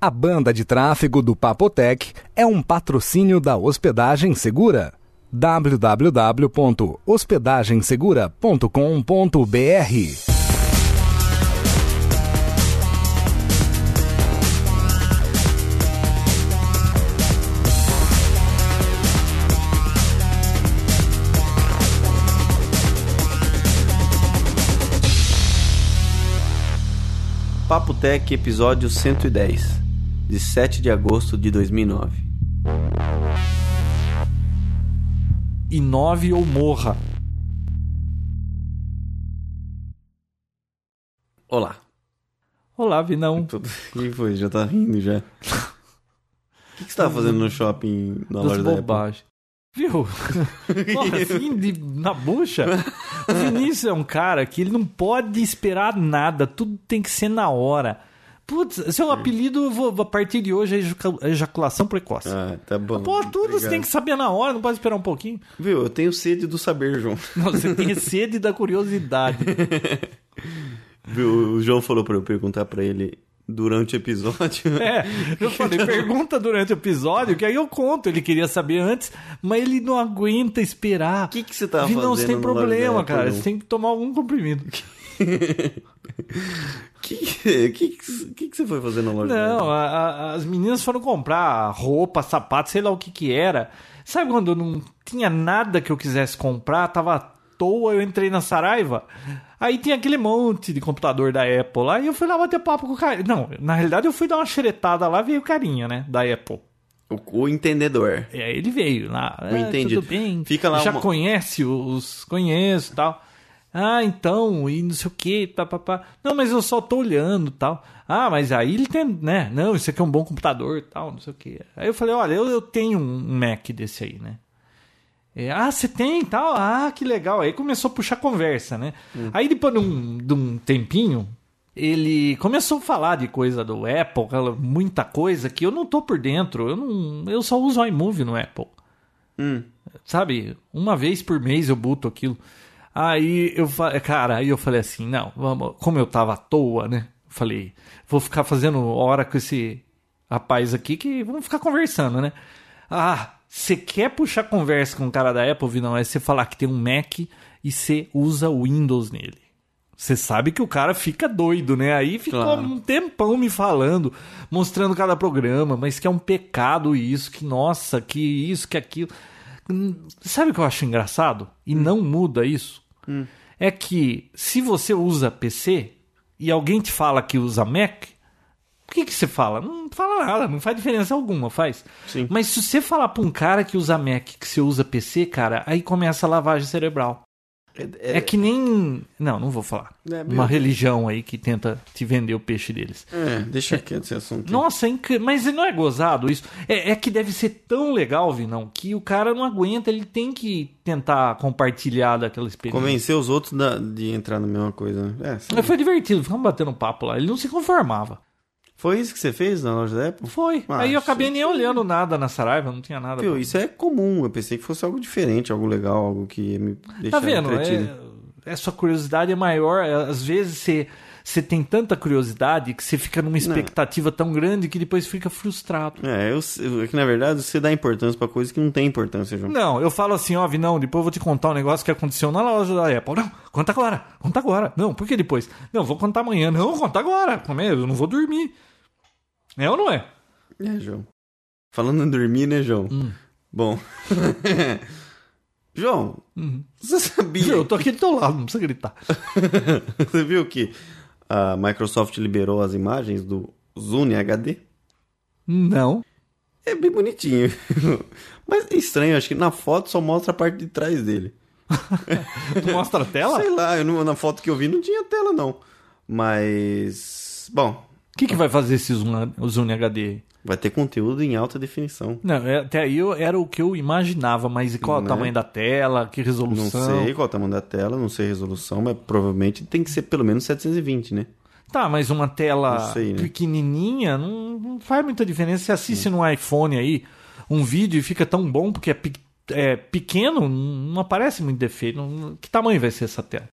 A banda de tráfego do Papotec é um patrocínio da Hospedagem Segura. www.hospedagensegura.com.br Papo Tech, episódio 110, de 7 de agosto de 2009. Inove ou morra. Olá. Olá, Vinão. Tudo... que foi? Já tá rindo já? O que, que você tava fazendo no shopping na Das loja da Apple? bobagens. Viu? Porra, assim, de- na bucha. O Vinícius é um cara que ele não pode esperar nada, tudo tem que ser na hora. Putz, seu apelido, eu vou- a partir de hoje, é ejacu- ejaculação precoce. Ah, tá bom. Pô, tudo você tem que saber na hora, não pode esperar um pouquinho. Viu, eu tenho sede do saber, João. Não, você tem sede da curiosidade. Viu, o João falou pra eu perguntar pra ele durante o episódio. É, eu falei, pergunta durante o episódio, que aí eu conto. Ele queria saber antes, mas ele não aguenta esperar. O que, que você tava Vi, fazendo? não, você tem na problema, loja da Apple, cara. João? Você tem que tomar algum comprimido. Que, que, que, que que você foi fazer na loja da Não, Apple? a- a- as meninas foram comprar roupa, sapato, sei lá o que que era. Sabe quando eu não tinha nada que eu quisesse comprar, tava à toa, eu entrei na Saraiva. Aí tinha aquele monte de computador da Apple lá, e eu fui lá bater papo com o cara. Não, na realidade eu fui dar uma xeretada lá, veio o carinha, né, da Apple. O, o entendedor. E aí ele veio lá. Eu "Ah, entendi. Tudo bem. Fica lá Já uma- conhece os. Conheço e tal. Ah, então, e não sei o que, papapá. Não, mas eu só tô olhando e tal. Ah, mas aí ele tem, né? Não, isso aqui é um bom computador e tal, não sei o que. Aí eu falei, olha, eu, eu tenho um Mac desse aí, né? É, ah, você tem e tal? Ah, que legal. Aí começou a puxar conversa, né? Hum. Aí depois de um, de um tempinho, ele começou a falar de coisa do Apple, aquela- muita coisa que eu não tô por dentro. Eu, não, eu só uso o iMovie no Apple. Hum. Sabe? Uma vez por mês eu boto aquilo. Aí eu falei, cara, aí eu falei assim, não, vamos, como eu tava à toa, né? Falei, vou ficar fazendo hora com esse rapaz aqui que vamos ficar conversando, né? Ah, você quer puxar conversa com o cara da Apple, Vinão? É você falar que tem um Mac e você usa o Windows nele. Você sabe que o cara fica doido, né? Aí ficou Claro. um tempão me falando, mostrando cada programa, mas que é um pecado isso, que nossa, que isso, que aquilo. Hum, Sabe o que eu acho engraçado? E Hum. não muda isso? É que se você usa PC e alguém te fala que usa Mac, o que, que você fala? Não fala nada, não faz diferença alguma, faz. Sim. Mas se você falar pra um cara que usa Mac, que você usa PC, cara, aí começa a lavagem cerebral. É, É que nem. Não, não vou falar. É mesmo. Uma religião aí que tenta te vender o peixe deles. é, deixa quieto esse assunto. Nossa, é incrível. Mas não é gozado isso? É, é que deve ser tão legal, Vinão, que o cara não aguenta, ele tem que tentar compartilhar daquela experiência. Convencer os outros da- de entrar na mesma coisa. né? É, sim. Mas foi divertido, ficamos batendo papo lá. Ele não se conformava. Foi isso que você fez na loja da Apple? Foi. Ah, aí eu acabei gente. nem olhando nada na Saraiva, não tinha nada. Viu, pra- isso é comum. Eu pensei que fosse algo diferente, algo legal, algo que ia me Tá deixar vendo? entretido. É, é sua curiosidade é maior. é, Às vezes você, você tem tanta curiosidade que você fica numa expectativa tão grande que depois fica frustrado. É, eu, eu- é que na verdade você dá importância pra coisas que não tem importância, João. Não, eu falo assim, ó, Vinão, depois eu vou te contar um negócio que aconteceu na loja da Apple. Não, conta agora, conta agora. Não, por que depois? Não, vou contar amanhã. Não, conta agora. Como é? Eu não vou dormir. É ou não Hum. é? É, João. Falando em dormir, né, João? Bom. João, Uhum. você sabia? Eu tô aqui do teu lado, não precisa gritar. Você viu que a Microsoft liberou as imagens do Zune HD? Não. É bem bonitinho. Mas é estranho, acho que na foto só mostra a parte de trás dele. Tu mostra a tela? Sei lá, eu não- na foto que eu vi não tinha tela, não. Mas. Bom, O que, que vai fazer esse Zoom, o Zoom HD aí? vai ter conteúdo em alta definição. Não, é- até aí eu- era o que eu imaginava, mas e qual é Né? o tamanho da tela, que Não resolução? sei qual é o tamanho da tela, não sei a resolução, mas provavelmente tem que ser pelo menos 720, né? Tá, mas uma tela Não sei, né? pequenininha não, não faz muita diferença. Você assiste no iPhone aí um vídeo e fica tão bom porque é, pe- é pequeno, não aparece muito defeito. Não- Que tamanho vai ser essa tela?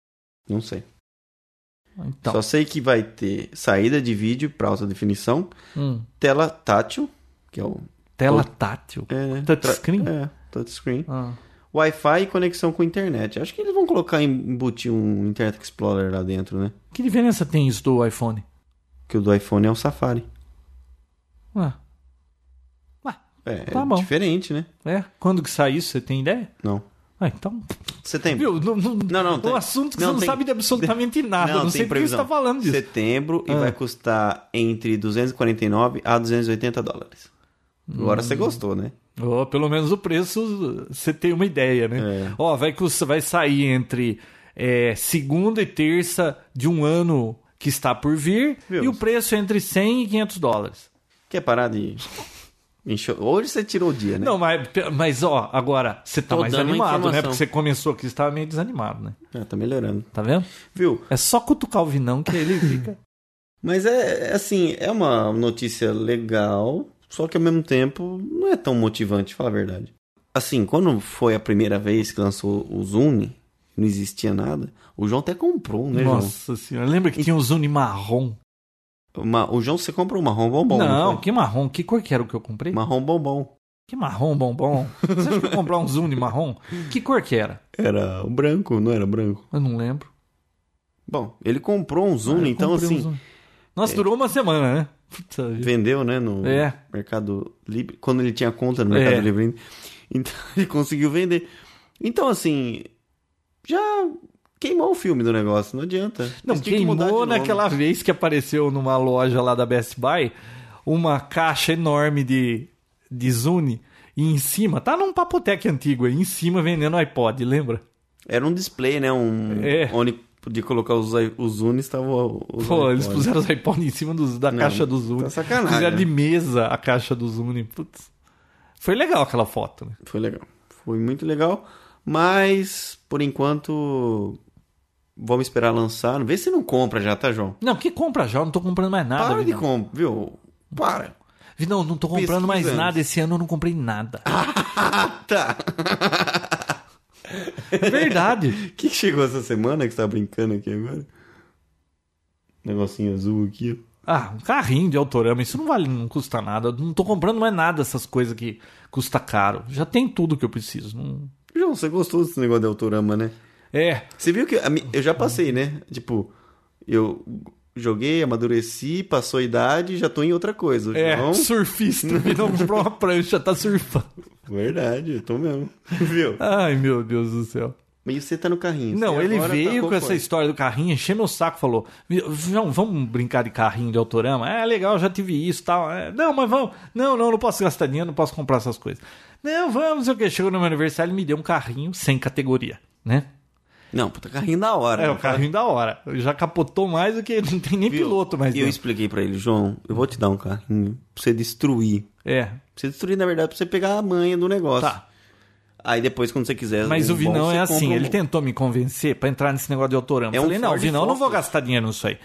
Não sei. Então. Só sei que vai ter saída de vídeo para alta definição, Hum. tela tátil, que é o. Tela tátil. É, né? Touchscreen? Tra- É, touchscreen. Ah. Wi-Fi e conexão com internet. Acho que eles vão colocar, embutir um Internet Explorer lá dentro, né? Que diferença tem isso do iPhone? Que o do iPhone é o Safari. Ué, É, Tá é bom. diferente, né? é? Quando que sai isso? Você tem ideia? Não. Ah, então. Você tem. Viu? Não, não, Não, não, tem- um assunto que não, você não tem- sabe de absolutamente nada. Não, sei por que você previsão. tá falando disso. Setembro e Ah. vai custar entre 249 a 280 dólares. Agora Hum. você gostou, né? Ou, pelo menos o preço, você tem uma ideia, né? É. Ó, vai, custar, vai sair entre é, segunda e terça de um ano que está por vir. Viu? E o preço é entre 100 e 500 dólares. Quer parar de. enxo- Hoje você tirou o dia, né? Não, mas, mas ó, agora, você tá Tô mais dando uma animado, né? informação. Porque você começou aqui, você estava meio desanimado, né? É, tá melhorando. Tá vendo? Viu? É só cutucar o Vinão que ele fica. Mas é é assim, é uma notícia legal, só que ao mesmo tempo não é tão motivante, falar a verdade. Assim, quando foi a primeira vez que lançou o Zune, não existia nada, o João até comprou, né, Nossa senhora, lembra que tinha um Zune marrom? João? Uma- o João, você comprou um marrom bombom, não, não foi? que marrom? Que cor que era o que eu comprei? Marrom bombom. Que marrom bombom? Você acha que eu comprar um Zune marrom? Que cor que era? Era o branco, não era branco? Eu não lembro. Bom, ele comprou um Zune, Ah, eu então comprei um assim, Zune. Nossa, durou uma semana, né? Puta vida. vendeu, né, no É. Mercado Livre, quando ele tinha conta no Mercado É. Livre ainda. Então ele conseguiu vender. Então assim, já queimou o filme do negócio, não adianta. Não, Eles tinham que mudar de queimou nome. naquela vez que apareceu numa loja lá da Best Buy uma caixa enorme de, de Zune e em cima, tá num papotec antigo aí, em cima vendendo iPod, lembra? Era um display, né, um É. onde podia colocar os i- os Unis estavam os Pô, eles iPods. puseram os iPod em cima dos- da Não, caixa do Zune. tá sacanagem, Fizeram né? de mesa a caixa do Zune. Putz. Foi legal aquela foto, né? Foi legal. Foi muito legal, mas por enquanto vamos esperar lançar. Vê se não compra já, tá, João? Não, que compra já, eu não tô comprando mais nada. Para de Vinão. comprar, viu? Para. Vinão, não tô comprando mais Pesquisa nada. Esse ano eu não comprei nada. Tá. É O verdade. que, que chegou essa semana que você tá brincando aqui agora? Negocinho azul aqui. ó. Ah, um carrinho de autorama, isso não vale, não custa nada. Eu Não tô comprando mais nada essas coisas que custa caro. Já tem tudo que eu preciso. não- João, você gostou desse negócio de Autorama, né? É, Você viu que a mi- eu já passei, né? Tipo, eu joguei, amadureci, passou a idade, já tô em outra coisa. O é, João, surfista. um Vinão comprou uma prancha, tá surfando. verdade, eu tô mesmo. Viu? Ai, meu Deus do céu. E você tá no carrinho. Não, você ele agora veio tacou com essa fora. história do carrinho, encheu meu saco, falou: "Vamos, vamos brincar de carrinho de autorama? É legal, já tive isso e tal. É, não, mas vamos. Não, não, não posso gastar dinheiro, não posso comprar essas coisas. Não, vamos, não sei o que. Chegou no meu aniversário e me deu um carrinho sem categoria, né? Não, puta, carrinho da hora. É, né? o carrinho da hora. Já capotou mais do que não tem nem Viu? piloto mais E eu dentro. expliquei pra ele, João, eu vou te dar um carrinho pra você destruir. É, Pra você destruir, na verdade, pra você pegar a manha do negócio. tá. Aí depois, quando você quiser. Mas um o bom, Vinão você é assim, compra um ele bom. tentou me convencer pra entrar nesse negócio de autorama. É Eu um falei, não, Ford Vinão, eu não vou Focus. gastar dinheiro nisso aí.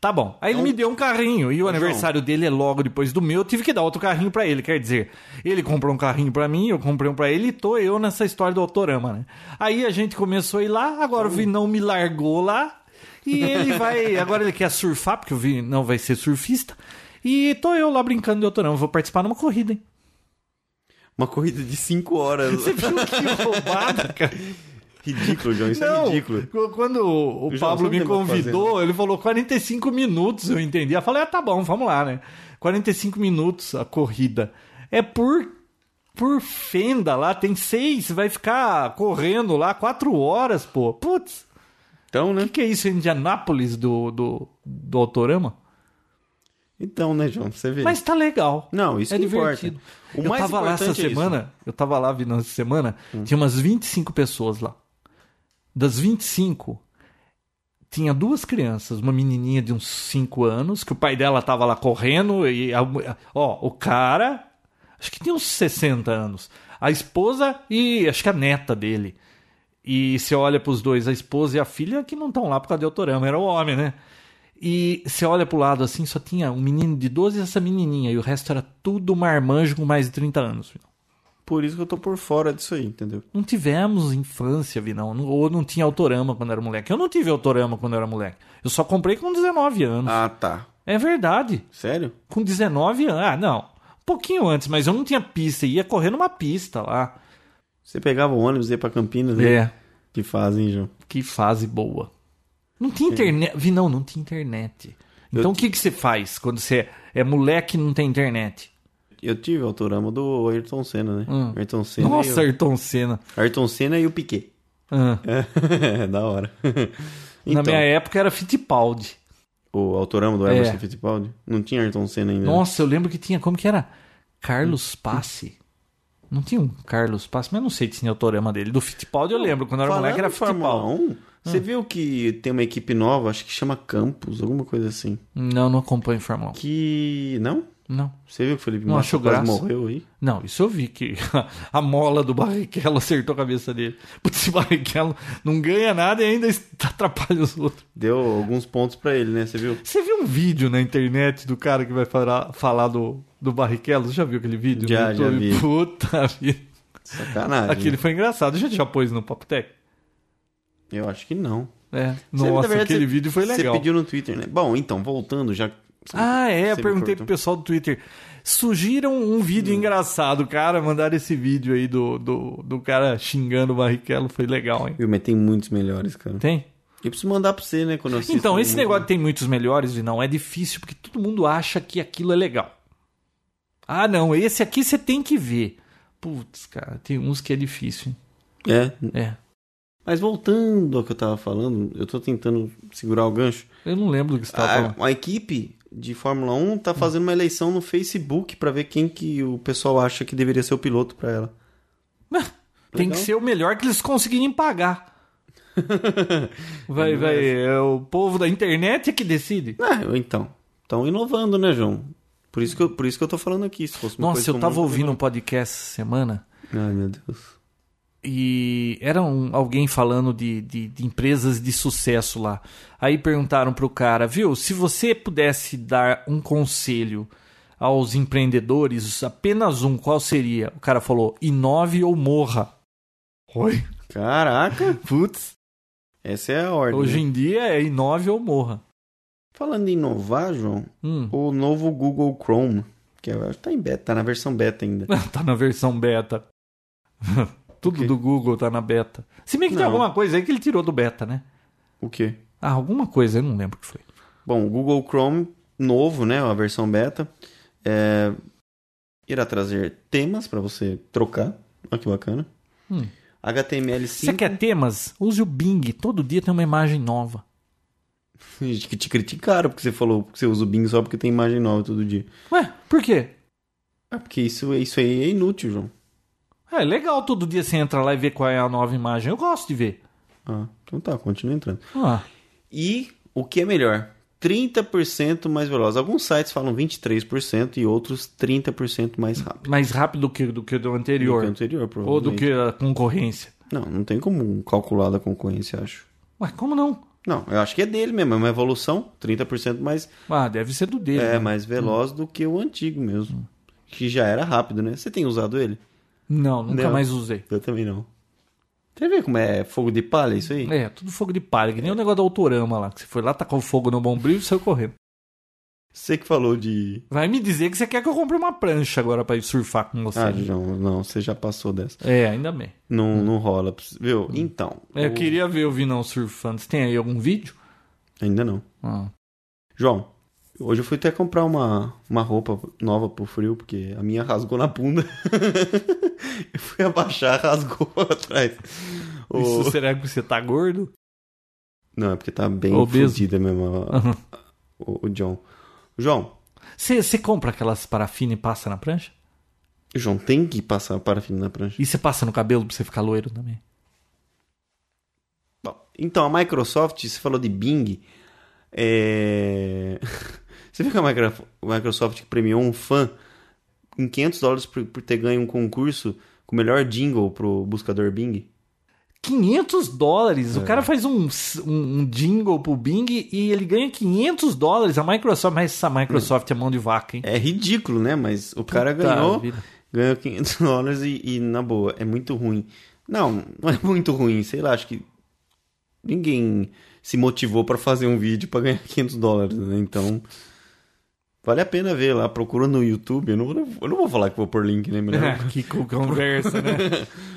Tá bom. Aí ele um- me deu um carrinho e o aniversário dele é logo depois do meu. Eu tive que dar outro carrinho pra ele. Quer dizer, ele comprou um carrinho pra mim, eu comprei um pra ele e tô eu nessa história do autorama, né? Aí a gente começou a ir lá, agora o Hum. Vinão me largou lá e ele vai. Agora ele quer surfar, porque o Vinão vai ser surfista. E tô eu lá brincando de autorama. Vou participar numa corrida, hein? Uma corrida de 5 horas. Você viu que roubada, cara? Ridículo, João. Isso é ridículo. qu- Quando o o João, Pablo você não tem me mais o que tá convidou, ele falou 45 minutos, eu entendi. Eu falei, ah, tá bom, vamos lá, né? 45 minutos a corrida. É por, por fenda lá, tem seis, vai ficar correndo lá quatro horas, pô. Putz, Então, o né? que, que é isso, Indianápolis do, do, do Autorama? Então, né, João? Você vê. Mas tá legal. Não, isso é que divertido. importa. O eu mais tava lá essa importante é isso. Hum. semana, eu tava lá vindo essa semana, tinha umas 25 pessoas lá. Das 25, tinha duas crianças, uma menininha de uns 5 anos, que o pai dela tava lá correndo e a mu- ó, o cara, acho que tinha uns 60 anos, a esposa e acho que a neta dele. E você olha pros dois, a esposa e a filha que não estão lá por causa de autorama, era o homem, né? E você olha pro lado assim, só tinha um menino de 12 e essa menininha, e o resto era tudo marmanjo com mais de 30 anos. Por isso que eu tô por fora disso aí, entendeu? Não tivemos infância, Vinão. Não- Ou não tinha autorama quando era moleque. Eu não tive autorama quando era moleque. Eu só comprei com 19 anos. Ah, tá. É verdade. Sério? Com 19 anos. Ah, não. Um pouquinho antes, mas eu não tinha pista. Ia correr numa pista lá. Você pegava o ônibus e ia pra Campinas, né? É. Que fazem, João. Que fase boa. Não tinha internet. Vinão, não tinha internet. Então o que, que você faz quando você é moleque e não tem internet? Eu tive o autorama do Ayrton Senna, né? Hum. Ayrton Senna. Nossa, e Ayrton Senna. o... Ayrton Senna e o Piquet. Ah, É, da hora. Na então, minha época era Fittipaldi. o autorama do Emerson É. Fittipaldi? Não tinha Ayrton Senna ainda. né? Nossa, eu lembro que tinha. Como que era? Hum. Carlos Passe. Não tinha um Carlos Passe, mas eu não sei se tinha autorama dele. Do Fittipaldi eu lembro. Quando eu era Falando moleque era Ah. em Fórmula Fittipaldi. 1, você viu que tem uma equipe nova, acho que chama Campos, alguma coisa assim. Não, não acompanho Fórmula 1. Que. Não? Não. Você viu que o Felipe Não Massa achou quase graça. morreu aí? Não, isso eu vi que a mola do Barrichello acertou a cabeça dele. Putz, esse Barrichello não ganha nada e ainda atrapalha os outros. Deu alguns pontos pra ele, né? Você viu? Você viu um vídeo na internet do cara que vai falar, falar do, do Barrichello? Você já viu aquele vídeo? Já, no já YouTube? vi. Puta vida. Sacanagem. Aquele foi engraçado. A gente já pôs no Papotec? Eu acho que não. É. Você, na Nossa, verdade, aquele você- vídeo foi legal. Você pediu no Twitter, né? Bom, então, voltando já. Ah, é. Eu Você me perguntei cortou. pro Hum. pessoal do Twitter. Sugiram um vídeo engraçado, cara. Mandaram esse vídeo aí do, do, do cara xingando o Barrichello. Foi legal, hein? Viu, mas tem muitos melhores, cara. Tem? Eu preciso mandar pra você, né? Quando eu assisto Então, um- esse negócio de tem muitos melhores e não é difícil porque todo mundo acha que aquilo é legal. Ah, não, esse aqui você tem que ver. Putz, cara, tem uns que é difícil. hein? É. É. Mas voltando ao que eu tava falando, eu tô tentando segurar o gancho. Eu não lembro do que você tava falando. A, a equipe de Fórmula 1 tá fazendo uma eleição no Facebook pra ver quem que o pessoal acha que deveria ser o piloto pra ela. Tem que é. legal. ser o melhor que eles conseguirem pagar. Vai, vai, é o povo da internet é que decide. Ah, eu- então. Estão inovando, né, João? Por isso que eu, por isso que eu tô falando aqui. Se fosse uma Nossa, coisa né? eu tava comum- ouvindo um podcast essa semana Ai, meu Deus. e era um- alguém falando de, de- de empresas de sucesso lá. Aí perguntaram pro cara, viu, se você pudesse dar um conselho aos empreendedores, apenas um, qual seria? O cara falou, inove ou morra. Oi? Caraca! Putz. Essa é a ordem. Hoje né? em dia é inove ou morra. Falando em inovar, João, Hum. o novo Google Chrome, que eu acho que tá em beta, tá na versão beta ainda. tá na versão beta. Tudo Ok. do Google tá na beta. Se bem que tem Não. alguma coisa aí que ele tirou do beta, né? O quê? Ah, alguma coisa, eu não lembro o que foi. Bom, o Google Chrome novo, né, a versão beta, é, irá trazer temas para você trocar. Olha que bacana. Hum. Você HTML5 quer temas? Use o Bing. Todo dia tem uma imagem nova. que te criticaram porque você falou que você usa o Bing só porque tem imagem nova todo dia. Ué, por quê? Ah, porque isso, isso aí é inútil, João. É legal todo dia você entra lá e vê qual é a nova imagem. Eu gosto de ver. Ah, então tá, continua entrando. Ah, E o que é melhor? 30% mais veloz. Alguns sites falam 23% e outros 30% mais rápido. mais rápido que, do que o do Do que o anterior. anterior, Ou provavelmente. do que a concorrência. Não, não tem como calcular da concorrência, acho. Ué, como não? Não, eu acho que é dele mesmo, é uma evolução, 30% mais, Ah, deve ser do dele. é, né? mais veloz do que o antigo mesmo. Que já era rápido, né? Você tem usado ele? Não, nunca Não. mais usei. Eu também não. Você vê como é fogo de palha isso aí? É, tudo fogo de palha. Que nem o negócio da Autorama lá. Que você foi lá, tacou fogo no bombril e saiu correndo. Você que falou de. Vai me dizer que você quer que eu compre uma prancha agora pra ir surfar com você. Ah, João, não, você já passou dessa. é, ainda bem. Não, não rola, viu? Então. Eu o- queria ver o Vinão surfando. Você tem aí algum vídeo? Ainda não. Ah. João, hoje eu fui até comprar uma, uma roupa nova pro frio, porque a minha rasgou na bunda. eu fui abaixar, rasgou atrás. O- Isso será que você tá gordo? Não, é porque tá bem Obeso. fodida mesmo a- Aham. o, o John. João, Você você compra aquelas parafinas e passa na prancha? o João tem que passar parafina na prancha. E você passa no cabelo pra você ficar loiro também? Bom, então, a Microsoft, você falou de Bing. É... você viu que a Micro- Microsoft premiou um fã com 500 dólares por, por ter ganho um concurso com o melhor jingle pro buscador Bing? 500 dólares? O cara faz um, um, um jingle pro Bing e ele ganha 500 dólares. A Microsoft, mas essa Microsoft é mão de vaca, hein? É ridículo, né? Mas o cara Puta ganhou vida. ganhou 500 dólares e, e, na boa, é muito ruim. Não, não é muito ruim, sei lá, acho que ninguém se motivou para fazer um vídeo para ganhar 500 dólares, né? Então, vale a pena ver lá, procura no YouTube, eu não, eu não vou falar que vou pôr link, né? Melhor... que conversa, né?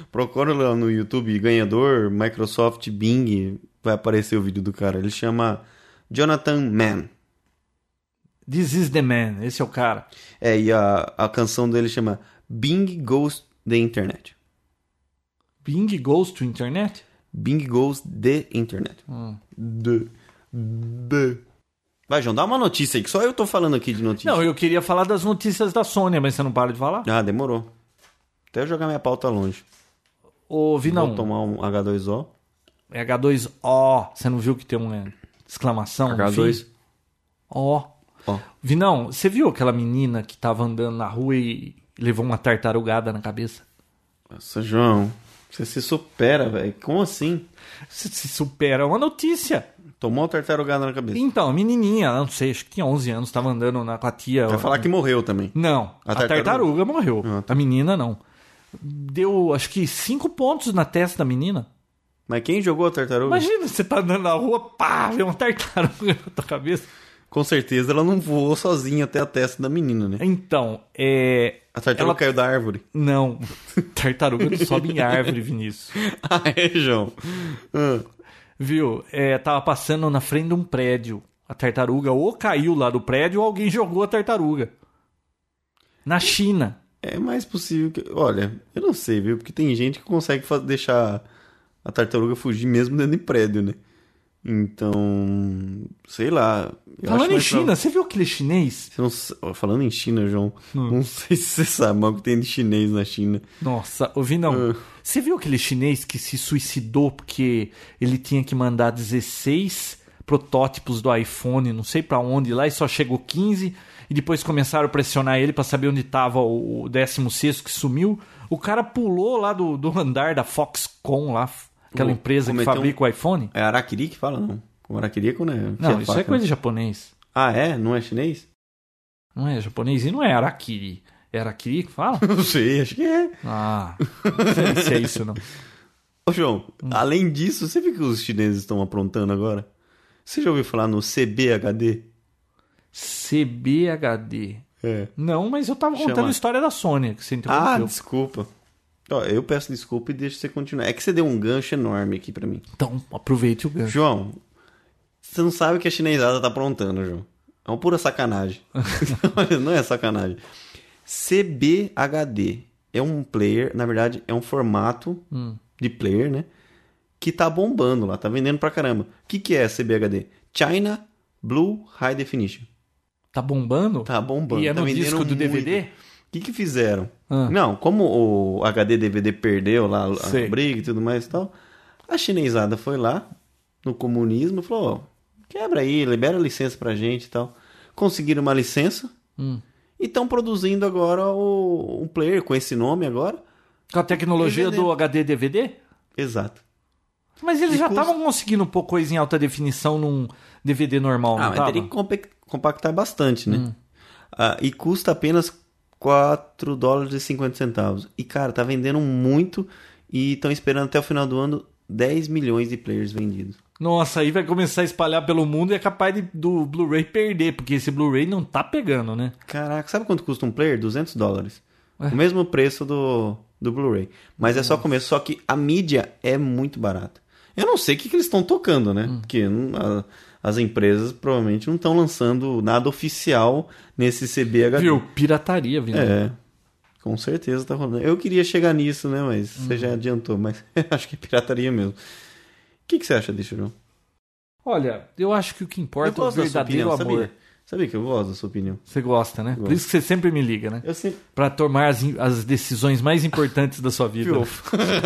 procura lá no YouTube, ganhador, Microsoft, Bing, vai aparecer o vídeo do cara, ele chama Jonathan Mann. This is the man, esse é o cara. É, e a, a canção dele chama Bing Goes the Internet. Bing Goes to Internet? Bing Goes the Internet. Hum. De. De. Vai, João, dá uma notícia aí, que só eu tô falando aqui de notícia. Não, eu queria falar das notícias da Sônia, mas você não para de falar? Ah, demorou. Até eu jogar minha pauta longe. Ô, Vou Vinão, tomar um H2O. é H2O. Você não viu que tem uma exclamação? no H2. fim? O. Ó. Vinão, você viu aquela menina que tava andando na rua e levou uma tartarugada na cabeça? Nossa, João, você se supera, velho. Como assim? Se, se supera, é uma notícia. Tomou o tartarugada na cabeça. Então, a menininha, não sei, acho que tinha 11 anos, tava andando na, com a tia. Vai falar que morreu também. Não, A a, tartaruga? tartaruga, morreu. Ah, A menina não. Deu, acho que, cinco pontos na testa da menina. Mas quem jogou a tartaruga? Imagina, você tá andando na rua, pá, vê uma tartaruga na tua cabeça. Com certeza ela não voou sozinha até a testa da menina, né? Então, é. A tartaruga Ela- caiu da árvore. Não, tartaruga não sobe em árvore, Vinícius. ah, é, João. Ah, Viu? É, tava passando na frente de um prédio. A tartaruga ou caiu lá do prédio ou alguém jogou a tartaruga. Na China. é mais possível que. Olha, eu não sei, viu? Porque tem gente que consegue fa- deixar a tartaruga fugir mesmo dentro de prédio, né? Então. Sei lá. Eu acho Falando em mais China, você viu aquele chinês? Você não sa- ó, Falando em China, João, Hum. não sei se você sabe mas o que tem de chinês na China. Nossa, ouvi não. Ah. Você viu aquele chinês que se suicidou porque ele tinha que mandar 16 protótipos do iPhone, não sei pra onde lá, e só chegou 15, e depois começaram a pressionar ele pra saber onde tava o o 16 que sumiu. O cara pulou lá do, do andar da Foxconn lá, aquela Oh, empresa que cometeu um- fabrica o iPhone. É Araquiri que fala, não? Com Araquiri é com, né? Não, Fia isso faca, é coisa né? de japonês. Ah, é? Não é chinês? Não é japonês e não é arakiri. É arakiri que fala? Não sei, acho que é. Ah, não sei se é isso não. Ô, João, Hum. além disso, você viu que os chineses estão aprontando agora? Você já ouviu falar no CBHD? CBHD. É. Não, mas eu tava Chama. contando a história da Sônia, que você Ah, interrompeu. desculpa. Ó, eu peço desculpa e deixo você continuar. É que você deu um gancho enorme aqui pra mim. Então, aproveite o gancho. João, você não sabe o que a chinesada tá aprontando, João. É uma pura sacanagem. Olha, não é sacanagem. CBHD é um player, na verdade, é um formato de player, né? Que tá bombando lá, tá vendendo pra caramba. O que, que é CBHD? China Blue High Definition. Tá bombando? Tá bombando. E é tá no vendendo disco do muito. DVD? O que, que fizeram? Ah. Não, como o HD DVD perdeu lá a Sei. briga e tudo mais e tal, a chinesada foi lá no comunismo e falou: ó, quebra aí, libera licença pra gente e tal. Conseguiram uma licença Hum. e estão produzindo agora o, um player com esse nome agora. Com a tecnologia DVD. do HD DVD? Exato. Mas eles E já custa- estavam conseguindo pôr coisa em alta definição num DVD normal, Ah, não mas tava? teria que compe- compactar bastante, né? Ah, e custa apenas 4 dólares e 50 centavos. E, cara, tá vendendo muito e estão esperando até o final do ano 10 milhões de players vendidos. Nossa, aí vai começar a espalhar pelo mundo e é capaz de- do Blu-ray perder, porque esse Blu-ray não tá pegando, né? Caraca, sabe quanto custa um player? 200 dólares. O mesmo preço do, do Blu-ray. Mas é só começo. Só que a mídia é muito barata. Eu não sei o que, que eles estão tocando, né? Porque não- a- as empresas provavelmente não estão lançando nada oficial nesse CBHD. Viu? Pirataria, viu? É. Com certeza tá rolando. Eu queria chegar nisso, né? Mas você Uhum. já adiantou. Mas acho que é pirataria mesmo. O que, que você acha disso, João? Olha, eu acho que o que Eu importa é o da sua verdadeiro amor. Sabia? sabia que eu gosto da sua opinião. Você gosta, né? Por Gosto. isso que você sempre me liga, né? Eu sempre... Pra tomar as, as decisões mais importantes da sua vida. Viu?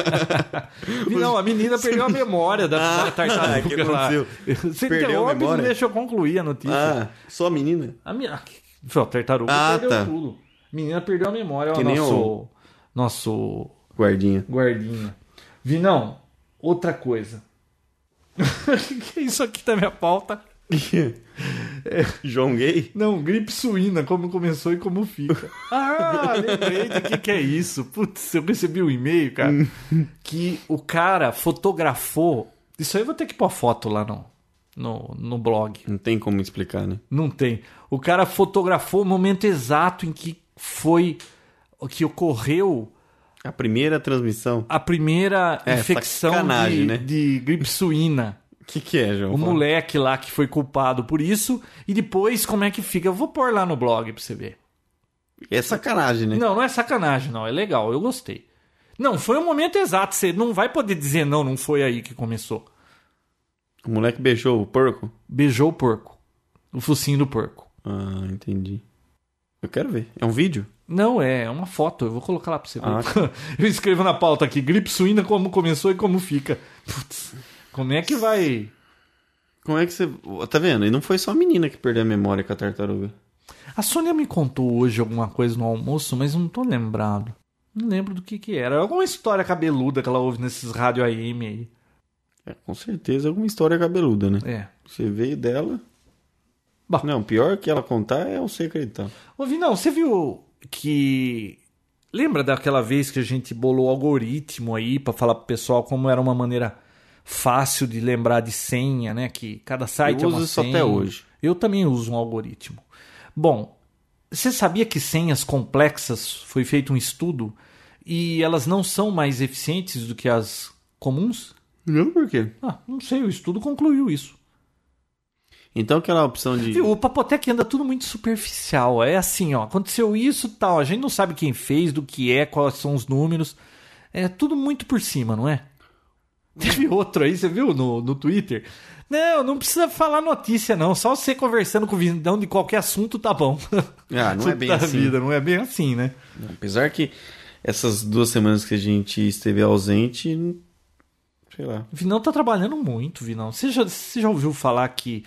Não, a menina perdeu a memória da, Ah, da tartaruga que Tá, lá. aconteceu? Você Perdeu a interrompe e não memória? deixa eu concluir a notícia. Ah, só a menina? A minha... ah, Foi, a tartaruga Ah, perdeu tá. tudo. A menina perdeu a memória. ó, Que nem nosso, nosso Guardinha. guardinha. Vinão, tá outra coisa. que isso aqui da minha pauta? João Gay? Não, gripe suína, como começou e como fica. Ah, lembrei do que, que é isso. Putz, eu recebi um e-mail, cara, que o cara fotografou. Isso aí eu vou ter que pôr foto lá no, no, no blog. Não tem como explicar, né? Não tem. O cara fotografou o momento exato em que foi. que ocorreu A primeira transmissão. a primeira É, infecção de, sacanagem, né? de gripe suína. O que, que é, João? O Fala. moleque lá que foi culpado por isso. E depois, como é que fica? Eu vou pôr lá no blog pra você ver. É sacanagem, né? Não, não é sacanagem, não. É legal, eu gostei. Não, foi o momento exato. Você não vai poder dizer, não, não foi aí que começou. O moleque beijou o porco? Beijou o porco. O focinho do porco. Ah, entendi. Eu quero ver. É um vídeo? Não, é uma foto. Eu vou colocar lá pra você ver. Ah, eu escrevo na pauta aqui. Gripe suína, como começou e como fica. Putz, como é que vai... Como é que você. Tá vendo? E não foi só a menina que perdeu a memória com a tartaruga. A Sônia me contou hoje alguma coisa no almoço, mas eu não tô lembrado. Não lembro do que que era. Alguma história cabeluda que ela ouve nesses rádio AM aí. É, com certeza alguma história cabeluda, né? É. Você veio dela. Bah. Não, pior que ela contar é eu sei acreditar. Ô, Vinão, você viu que. Lembra daquela vez que a gente bolou o algoritmo aí pra falar pro pessoal como era uma maneira fácil de lembrar de senha, né? Que cada eu site é uso uma isso senha. até hoje. Eu também uso um algoritmo. Bom, você sabia que senhas complexas foi feito um estudo e elas não são mais eficientes do que as comuns? Não, por quê? Ah, não sei, o estudo concluiu isso. Então aquela opção de. Viu, o Papotec anda tudo muito superficial. É assim, ó, aconteceu isso tal. A gente não sabe quem fez, do que é, quais são os números. É tudo muito por cima, não é? Teve outro aí, você viu no, no Twitter? Não, não precisa falar notícia, não. Só você conversando com o Vindão de qualquer assunto tá bom. Ah, não é Assunto bem da assim. vida, não é bem assim, né? Apesar que essas duas semanas que a gente esteve ausente. Sei lá. O Vinão tá trabalhando muito, Vinão. Você já, você já ouviu falar que.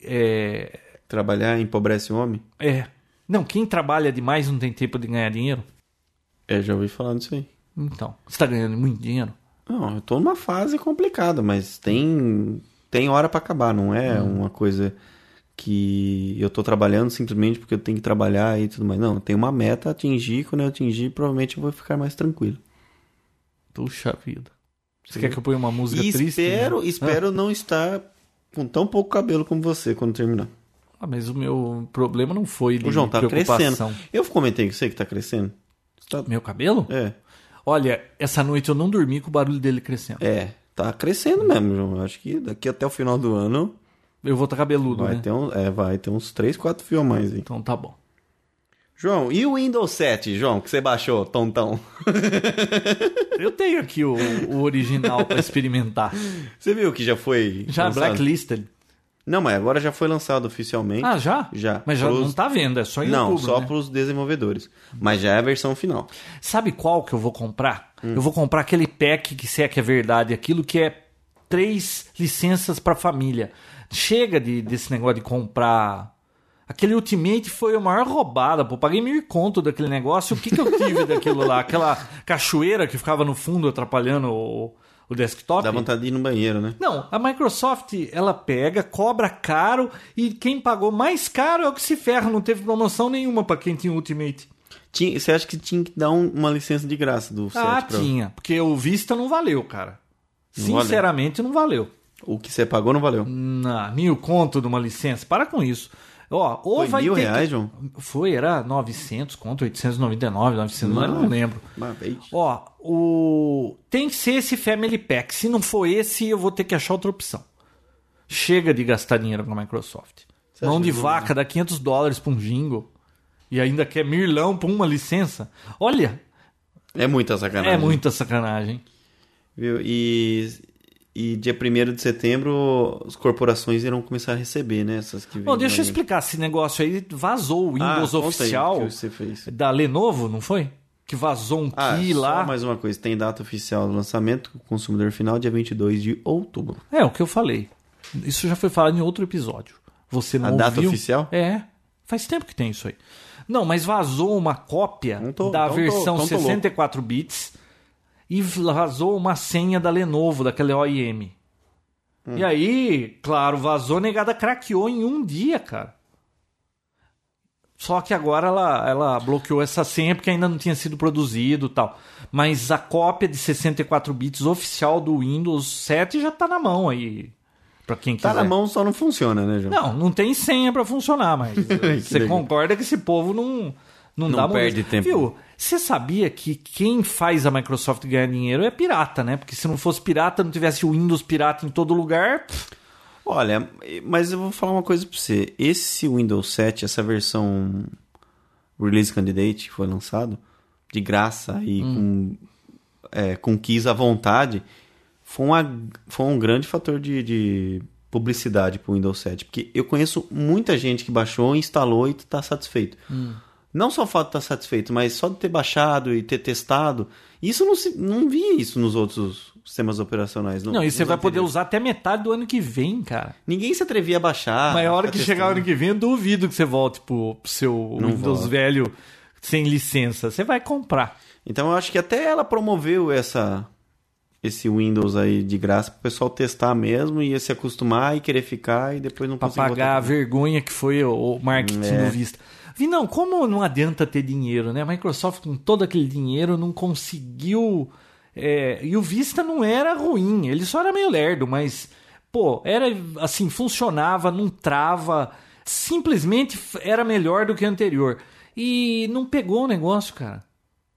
É, Trabalhar empobrece o homem? é. Não, quem trabalha demais não tem tempo de ganhar dinheiro? É, já ouvi falar disso aí. Então, você tá ganhando muito dinheiro? Não, eu tô numa fase complicada, mas tem tem hora pra acabar, não é uma coisa que eu tô trabalhando simplesmente porque eu tenho que trabalhar e tudo mais. Não, tem uma meta a atingir, quando eu atingir, provavelmente eu vou ficar mais tranquilo. Puxa vida. Você quer que eu ponha uma música E triste? espero, né? espero não estar com tão pouco cabelo como você quando terminar. Ah, mas o meu problema não foi de O João tá crescendo. preocupação. Eu comentei com você que tá crescendo. Você tá- Meu cabelo? É, Olha, essa noite eu não dormi com o barulho dele crescendo. é, tá crescendo mesmo, João. Eu Acho que daqui até o final do ano Eu vou estar cabeludo, vai né? ter um, é, vai ter uns 3, 4 fios a mais aí. Então tá bom. João, e o Windows 7, João, que você baixou, tontão? Eu tenho aqui o, o original pra experimentar. Você viu que já foi Já lançado? blacklisted. Não, mas agora já foi lançado oficialmente. Ah, já? Já. Mas já Pros- não tá vendo, é só em Não, outubro, só né? para os desenvolvedores. Mas já é a versão final. Sabe qual que eu vou comprar? Hum. Eu vou comprar aquele pack que se é que é verdade, aquilo que é três licenças pra família. Chega de, desse negócio de comprar. Aquele Ultimate foi a maior roubada, pô. Paguei mil conto daquele negócio. O que, que eu tive daquilo lá? Aquela cachoeira que ficava no fundo atrapalhando o, o desktop. Dá vontade de ir no banheiro, né? Não, a Microsoft ela pega, cobra caro e quem pagou mais caro é o que se ferra. Não teve promoção nenhuma pra quem tinha Ultimate. Tinha- você acha que tinha que dar um- uma licença de graça do 7 Ah, pra- tinha. Porque o Vista não valeu, cara. Não valeu. Sinceramente, não valeu. O que você pagou não valeu. Na, mil conto de uma licença. Para com isso. Ó, ou Foi vai mil ter que- reais, João? Foi, era 900 conto, 899, 900, eu não Nossa. lembro. Mas, ei, Ó, o... tem que ser esse Family Pack. Se não for esse, eu vou ter que achar outra opção. Chega de gastar dinheiro com a Microsoft. Você Mão acha de que não- vaca, dá 500 dólares pra um jingle. E ainda quer mirlão pra uma licença. Olha, É muita sacanagem. é muita sacanagem. Viu? E, e dia 1 de setembro as corporações irão começar a receber, né? Essas que Bom, vendem deixa eu aí. explicar esse negócio aí. Vazou o Ah, Windows conta aí o oficial que você fez. da Lenovo, não foi? Que vazou um Ah, key só lá. mais uma coisa. Tem data oficial do lançamento, consumidor final, dia 22 de outubro. É, o que eu falei. Isso já foi falado em outro episódio. Você não A ouviu? data oficial? É. Faz tempo que tem isso aí. Não, mas vazou uma cópia Então tô- da então tô- versão então tô louco. 64 bits e vazou uma senha da Lenovo, daquela OIM. Hum. E aí, claro, vazou, negada craqueou em um dia, cara. Só que agora ela, ela bloqueou essa senha porque ainda não tinha sido produzido e tal. Mas a cópia de 64 bits oficial do Windows 7 já tá na mão aí. Pra quem quiser. Tá na mão, só não funciona, né, João? Não, não tem senha pra funcionar, mas eh, você legal. concorda que esse povo não não, Não dá moleza. perde tempo. Viu? Você sabia que quem faz a Microsoft ganhar dinheiro é pirata, né? Porque se não fosse pirata, não tivesse o Windows pirata em todo lugar. pff, Olha, mas eu vou falar uma coisa pra você. Esse Windows 7, essa versão Release Candidate que foi lançado, de graça e Hum. com é, conquista à vontade, foi, uma, foi um grande fator de, de publicidade pro Windows 7. Porque eu conheço muita gente que baixou, instalou e tá satisfeito. Hum. Não só o fato de estar satisfeito, mas só de ter baixado e ter testado. Isso não, se, não via isso nos outros sistemas operacionais. no- Não, e você nos vai poder anteriores. usar até metade do ano que vem, cara. Ninguém se atrevia a baixar. Mas é a ficar hora que Ah, tá testando. chegar o ano que vem, eu duvido que você volte pro, pro seu Não Windows volta. velho sem licença. Você vai comprar. Então eu acho que até ela promoveu essa esse Windows aí de graça pro pessoal testar mesmo e se acostumar e querer ficar e depois não Pra conseguir pagar a botar. vergonha que foi o o marketing do Vista. Vi, não, como não adianta ter dinheiro, né? A Microsoft, com todo aquele dinheiro, não conseguiu. é, e o Vista não era ruim, ele só era meio lerdo, mas, pô, era assim, funcionava, não trava, simplesmente f- era melhor do que o anterior. E não pegou o negócio, cara.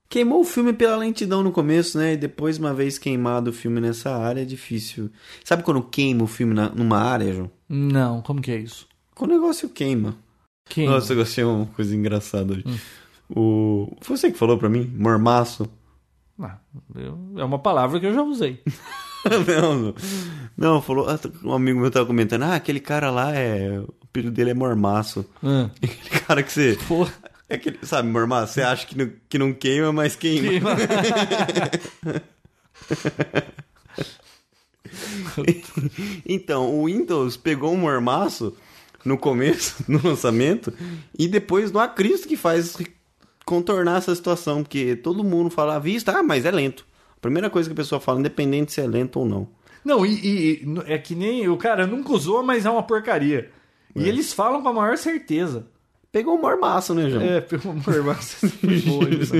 Queimou o filme pela lentidão no começo, né? E depois, uma vez queimado o filme nessa área, é difícil. Sabe quando queima o filme na- numa área, João? Não, como que é isso? Quando o negócio queima. Quem? Nossa, eu gostei de uma coisa engraçada hoje. Hum. O... Foi você que falou pra mim? Mormaço? Ah, eu- é uma palavra que eu já usei. não, não, falou. ah, Um amigo meu tava comentando, ah, aquele cara lá é. O apelido dele é Mormaço. Ah, Aquele cara que você. porra. É aquele, sabe, Mormaço, você acha que não, que não queima, mas queima. Então, o Windows pegou um mormaço no começo, no lançamento, e depois não há Cristo que faz contornar essa situação, porque todo mundo fala à vista, ah, mas é lento. A primeira coisa que a pessoa fala, independente se é lento ou não. Não, e, e- e n- é que nem o cara nunca usou, mas é uma porcaria. E eles falam com a maior certeza. Pegou um mormaço, né, João? É, pelo amor você foi boa, Edson.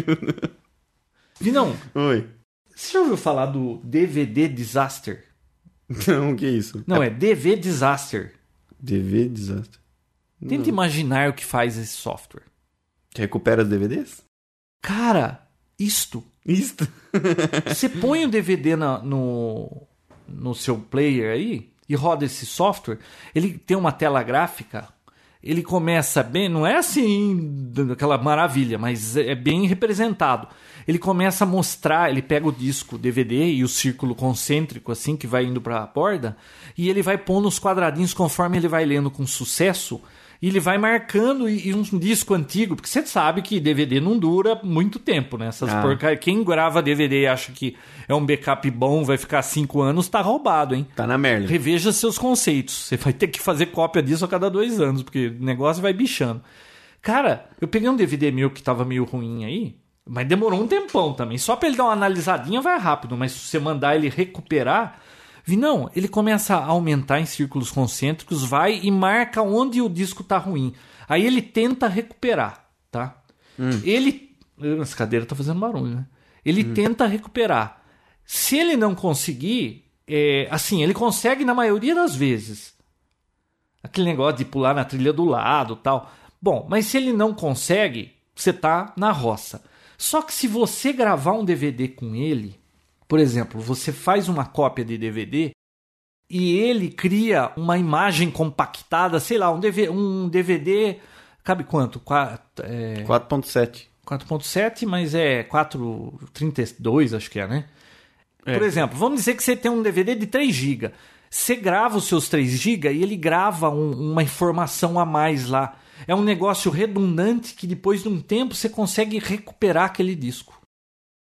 Vinão, Oi. você já ouviu falar do DVD Disaster? Não, Então, que isso? Não, é DV Disaster. DVD desastre. Tenta imaginar o que faz esse software. Recupera os DVDs? Cara, isto. Isto. Você põe o DVD na- no, no seu player aí e roda esse software, ele tem uma tela gráfica, ele começa bem, não é assim aquela maravilha, mas é bem representado. Ele começa a mostrar, ele pega o disco, o DVD e o círculo concêntrico assim que vai indo para a borda e ele vai pondo os quadradinhos conforme ele vai lendo com sucesso. E ele vai marcando e, e um disco antigo, porque você sabe que DVD não dura muito tempo, né? Essas Ah. porca- Cara, quem grava DVD e acha que é um backup bom, vai ficar cinco anos, tá roubado, hein? Tá na merda. Reveja seus conceitos. Você vai ter que fazer cópia disso a cada dois anos, porque o negócio vai bichando. Cara, eu peguei um DVD meu que tava meio ruim aí, mas demorou um tempão também. Só pra ele dar uma analisadinha vai rápido, mas se você mandar ele recuperar. Vi, não, ele começa a aumentar em círculos concêntricos, vai e marca onde o disco tá ruim. Aí ele tenta recuperar, tá? Ele. Essa cadeira tá fazendo barulho, né? Ele tenta recuperar. Se ele não conseguir, é, assim, ele consegue na maioria das vezes. Aquele negócio de pular na trilha do lado tal. Bom, mas se ele não consegue, você tá na roça. Só que se você gravar um DVD com ele, por exemplo, você faz uma cópia de DVD e ele cria uma imagem compactada, sei lá, um DVD, um DVD cabe quanto? Quatro, é, 4.7. 4.7, mas é 4.32, acho que é, né? Por exemplo, vamos dizer que você tem um DVD de 3 GB. Você grava os seus 3 GB e ele grava um- uma informação a mais lá. É um negócio redundante que depois de um tempo você consegue recuperar aquele disco,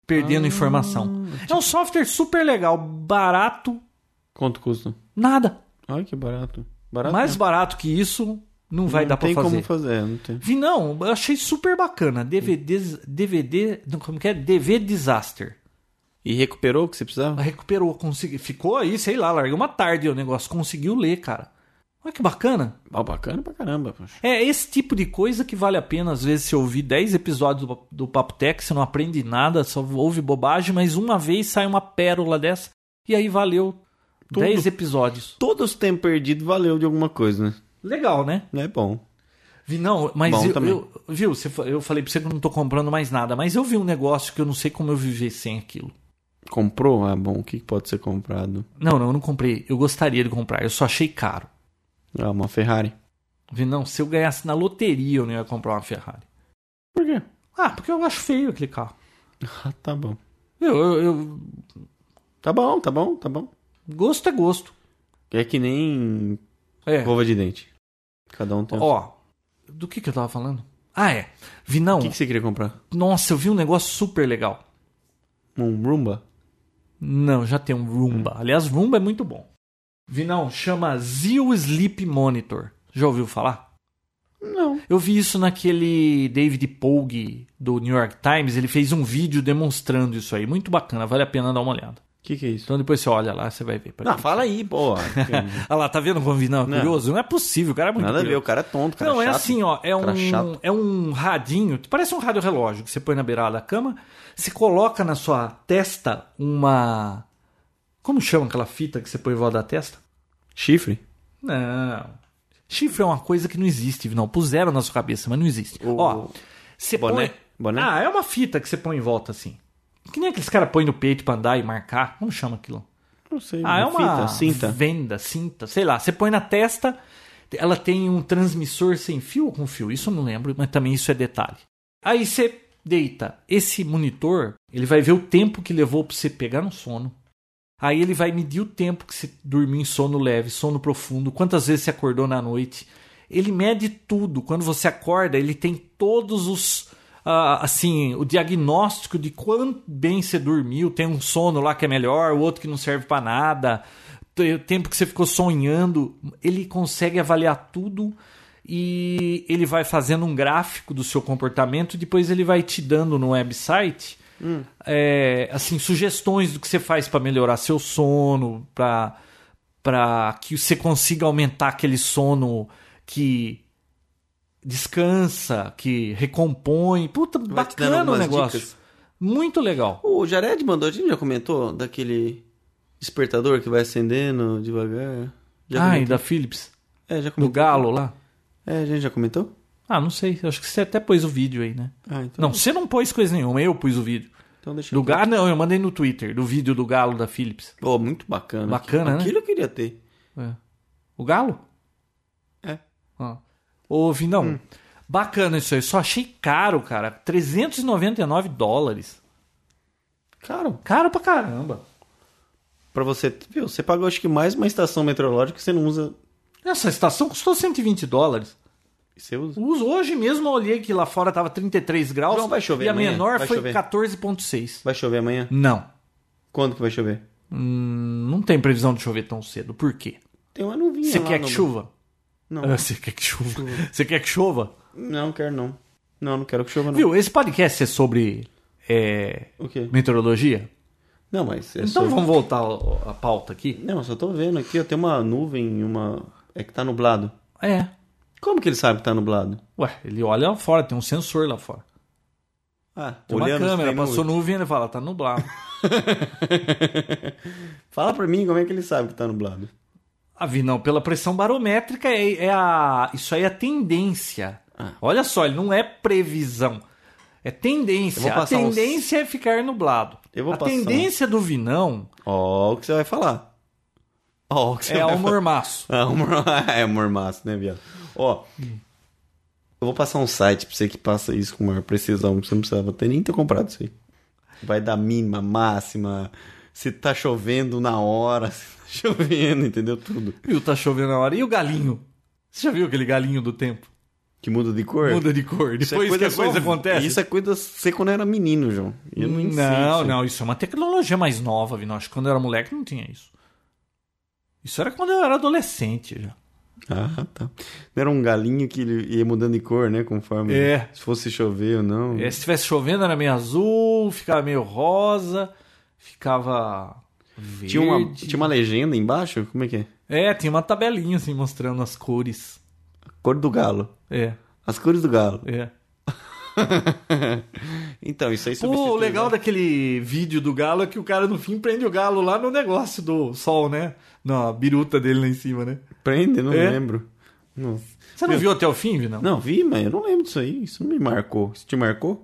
perdendo Ah, informação. É um software super legal, barato, Quanto custa? nada. Ai, que barato. Barato Mais mesmo. barato que isso não vai dar pra Não fazer. tem como fazer, não tem. Vi, não, eu achei super bacana. DVD, DVD, não, como que é? DV Disaster. E recuperou o que você precisava? Ela recuperou, consegui, ficou aí, sei lá, largou uma tarde o negócio, conseguiu ler, cara. Olha que bacana. Ah, bacana pra caramba, poxa. É esse tipo de coisa que vale a pena, às vezes, se ouvir 10 episódios do, do Papo Tech, você não aprende nada, só ouve bobagem, mas uma vez sai uma pérola dessa, e aí valeu Tudo. 10 episódios. Todo esse tempo perdido valeu de alguma coisa, né? Legal, né? Não é bom. Vi, não, mas Bom eu, também. eu- viu, você fa- eu falei pra você que eu não tô comprando mais nada, mas eu vi um negócio que eu não sei como eu viver sem aquilo. Comprou? Ah, bom. O que que pode ser comprado? Não, não, eu não comprei. Eu gostaria de comprar, eu só achei caro. Ah, uma Ferrari. Vi, não, se eu ganhasse na loteria, eu não ia comprar uma Ferrari. Por quê? Ah, porque eu acho feio aquele carro. Ah, tá bom. Eu, eu- eu- Tá bom, tá bom, tá bom. gosto é gosto. É que nem É. escova de dente. Cada um tem. Ó, do que que eu tava falando? Ah, é. Vi, não. O que, que você queria comprar? Nossa, eu vi um negócio super legal. Um Roomba? Não, já tem um Roomba. Hum. Aliás, Roomba é muito bom. Vinão, chama Zio Sleep Monitor. Já ouviu falar? Não. Eu vi isso naquele David Pogue do New York Times. Ele fez um vídeo demonstrando isso aí. Muito bacana, vale a pena dar uma olhada. O que, que é isso? Então depois você olha lá, você vai ver. Pra Não, quem- fala aí, pô. Ah lá, tá vendo como o Vinão é Não. curioso? Não é possível, o cara é muito Nada a ver, curioso. o cara é tonto, o cara não, é chato. é assim, ó. É Cara um, chato. é um radinho, parece um rádio relógio que você põe na beirada da cama, se coloca na sua testa uma. Como chama aquela fita que você põe em volta da testa? Chifre? Não. Chifre é uma coisa que não existe, não. Puseram na sua cabeça, mas não existe. O- Ó, você boné? põe. Boné? Ah, é uma fita que você põe em volta assim. Que nem aqueles caras põem no peito pra andar e marcar. Como chama aquilo? Não sei. Ah, é uma Fita, cinta. venda, cinta, sei lá. Você põe na testa, ela tem um transmissor sem fio ou com fio? Isso eu não lembro, mas também isso é detalhe. Aí você deita. Esse monitor, ele vai ver o tempo que levou pra você pegar no sono. Aí ele vai medir o tempo que você dormiu em sono leve, sono profundo, quantas vezes você acordou na noite. Ele mede tudo. Quando você acorda, ele tem todos os. ah, assim, o diagnóstico de quão bem você dormiu. Tem um sono lá que é melhor, o outro que não serve pra nada. Tem O tempo que você ficou sonhando. Ele consegue avaliar tudo e ele vai fazendo um gráfico do seu comportamento. e Depois ele vai te dando no website Hum. é, assim, sugestões do que você faz para melhorar seu sono, para para que você consiga aumentar aquele sono que descansa, que recompõe. Puta, te dando bacana o umas negócio. dicas. Muito legal. O Jared mandou, a gente já comentou daquele despertador que vai acendendo devagar. Já ah, e comentou? da Philips, É, já do comentou. Galo lá. É, a gente já comentou? Ah, não sei. Acho que você até pôs o vídeo aí, né? Ah, então. Não, você não pôs coisa nenhuma. Eu pus o vídeo. Então deixa Do eu- Galo, não. Eu mandei no Twitter, do vídeo do Galo da Philips. Pô, muito bacana. Bacana, né? Aquilo eu queria ter. É. O Galo? É. Hum. Ó. Ô, Vinão, bacana isso aí. Só achei caro, cara. 399 dólares. Caro. Caro pra caramba. Pra você, viu? Você pagou acho que mais uma estação meteorológica que você não usa. Essa estação custou 120 dólares. Você usa? Uso- Hoje mesmo eu olhei que lá fora tava 33 graus. João, vai chover e a amanhã? menor Vai foi chover. 14,6. Vai chover amanhã? Não. Quando que vai chover? Hum, não tem previsão de chover tão cedo. Por quê? Tem uma nuvinha Você lá quer no- que chuva? Não. Ah, Você quer que chuva? Você quer que chova? Não, quero não. Não, não quero que chova não. Viu, esse podcast é sobre é, O quê? meteorologia? Não, mas é Então só- vamos voltar ao- à pauta aqui. Não, eu só tô vendo aqui, ó, tem uma nuvem, uma... É que tá nublado. É. Como que ele sabe que tá nublado? Ué, ele olha lá fora, tem um sensor lá fora. Ah, Tem uma se câmera, tem nuvem. passou nuvem e ele fala, tá nublado. Fala pra mim como é que ele sabe que tá nublado. ah, vi, não, pela pressão barométrica é, é a. Isso aí é a tendência. Ah. Olha só, ele não é previsão. É Eu tendência. vou A passar uns- tendência é ficar nublado. Eu vou a passar- tendência do Vinão Ó, o que você vai falar. Ó, o que você é vai o mormaço. falar. Ah, o mor- é o mormaço, né, viado? Ó, eu vou passar um site pra você que passa isso com maior precisão. Você não precisava ter, nem ter comprado isso aí. Vai dar mínima, máxima, se tá chovendo na hora, se tá chovendo, entendeu? Tudo. Viu, tá chovendo na hora. E o galinho? Você já viu aquele galinho do tempo? Que muda de cor. Muda de cor. Isso é Depois que a só- coisa acontece. Isso é coisa... Você quando era menino, João. Eu não assim. sei é- não, disso aí. não, isso é uma tecnologia mais nova, Vinão. Acho que quando eu era moleque não tinha isso. Isso era quando eu era adolescente já. Ah, tá. Não era um galinho que ele ia mudando de cor, né? Conforme. É. Se fosse chover ou não. É, se estivesse chovendo era meio azul, ficava meio rosa. ficava verde. Tinha uma, tinha uma legenda embaixo? Como é que é? É, tinha uma tabelinha assim mostrando as cores. Cor do galo. É, As cores do galo. é. então, isso aí Pô, substitui, o legal né? daquele vídeo do galo é que o cara no fim prende o galo lá no negócio do sol, né? Na biruta dele lá em cima, né? Prende, não É. lembro. Não. Você não Meu- viu até o fim, Vinão? não, vi, mas eu não lembro disso aí. Isso não me marcou. Isso te marcou?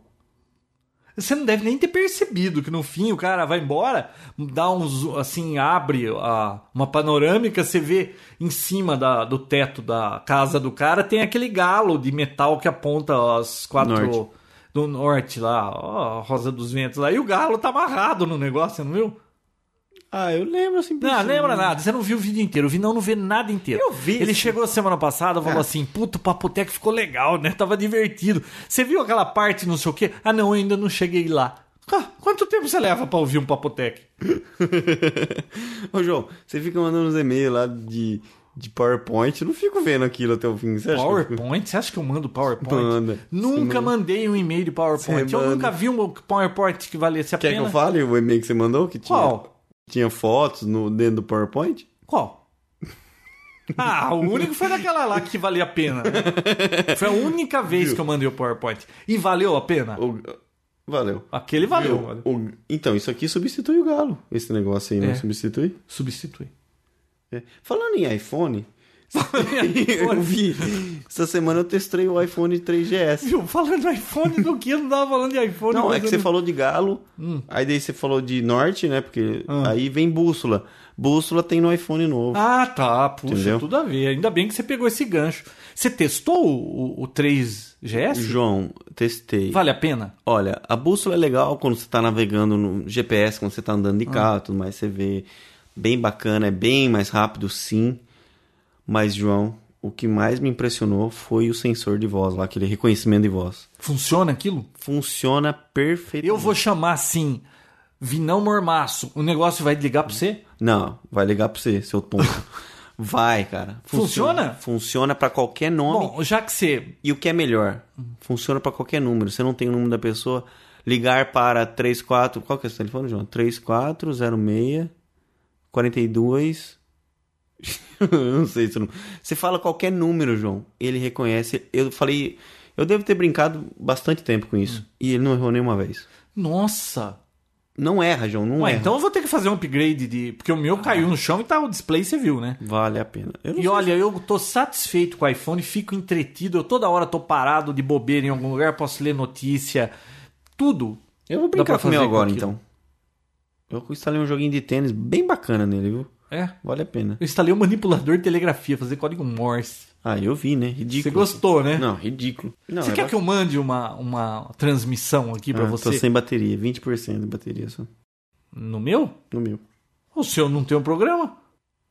Você não deve nem ter percebido que no fim o cara vai embora, dá um zo- assim, abre a- uma panorâmica, você vê em cima da- do teto da casa do cara, tem aquele galo de metal que aponta as quatro Norte. do norte lá, ó, a Rosa dos Ventos lá, e o galo tá amarrado no negócio, você não viu? Ah, eu lembro assim. por Não, cima. lembra nada, você não viu o vídeo inteiro, o Vinão não vê nada inteiro. Eu vi É. Ele esse- chegou semana passada falou assim: puto, o Papoteco ficou legal, né? Tava divertido. Você viu aquela parte, não sei o quê? Ah, não, eu ainda não cheguei lá. Ah, quanto tempo você leva pra ouvir um Papotec? Ô, João, você fica mandando uns e-mails lá de, de PowerPoint. Eu não fico vendo aquilo até o fim. Você acha que eu fico- PowerPoint? Você acha que eu mando PowerPoint? Manda. Você Nunca manda. mandei um e-mail de PowerPoint. Você Eu manda. nunca vi um PowerPoint que valesse a Quer que pena. eu fale o e-mail que você mandou? Que tinha, né? Qual? tinha fotos no, dentro do PowerPoint? Qual? Ah, o único foi daquela lá que valia a pena. né? Foi a única vez que eu mandei o PowerPoint. E valeu a pena? O- Valeu. Aquele valeu. Viu? O- Então, isso aqui substitui o galo. Esse negócio aí É. não substitui? Substitui. É. Falando em iPhone, eu vi. Essa semana eu testei o iPhone 3GS. Viu? Falando de iPhone do que? Eu não tava falando de iPhone. Não, mas é que eu Hum. você falou de galo, aí daí você falou de norte, né? Porque aí vem bússola. Bússola tem no iPhone novo. Ah, tá. Puxa, Entendeu? tudo a ver. Ainda bem que você pegou esse gancho. Você testou o, o- o 3GS? João, testei. Vale a pena? Olha, a bússola é legal quando você tá navegando no GPS, quando você tá andando de Ah. carro, e tudo mais, você vê bem bacana, é bem mais rápido, sim. Mas, João, o que mais me impressionou foi o sensor de voz lá, aquele reconhecimento de voz. Funciona aquilo? Funciona perfeitamente. Eu vou chamar assim, Vinão Mormaço. O negócio vai ligar pra você? Não, vai ligar pra você, seu tonto. vai, cara. Funciona? Funciona pra qualquer nome. Bom, já que você. E o que é melhor? Funciona pra qualquer número. Você não tem o número da pessoa, ligar para 34. Qual que é esse telefone, João? 3406 42. Eu não sei se não. Você fala qualquer número, João. Ele reconhece. Eu falei. Eu devo ter brincado bastante tempo com Hum. isso. E ele não errou nenhuma vez. Nossa! Não erra, João. Não é. Ah. Ué, erra. então eu vou ter que fazer um upgrade de. Porque o meu caiu no chão e tá o display, você viu, né? Vale a pena. Eu não E sei olha, eu tô satisfeito com o iPhone, fico entretido, eu toda hora tô parado de bobeira em algum lugar, posso ler notícia, tudo. se- Eu vou dá pra brincar com o meu fazer com agora, aquilo. então. Eu instalei um joguinho de tênis bem bacana nele, viu? É. Vale a pena. Eu instalei um manipulador de telegrafia, fazer código Morse. Ah, eu vi, né? Ridículo. Você gostou, né? Não, ridículo. Não, você é quer ba- que eu mande uma, uma transmissão aqui pra Ah, você? Tô sem bateria, 20% de bateria só. No meu? No meu. O seu não tem um programa?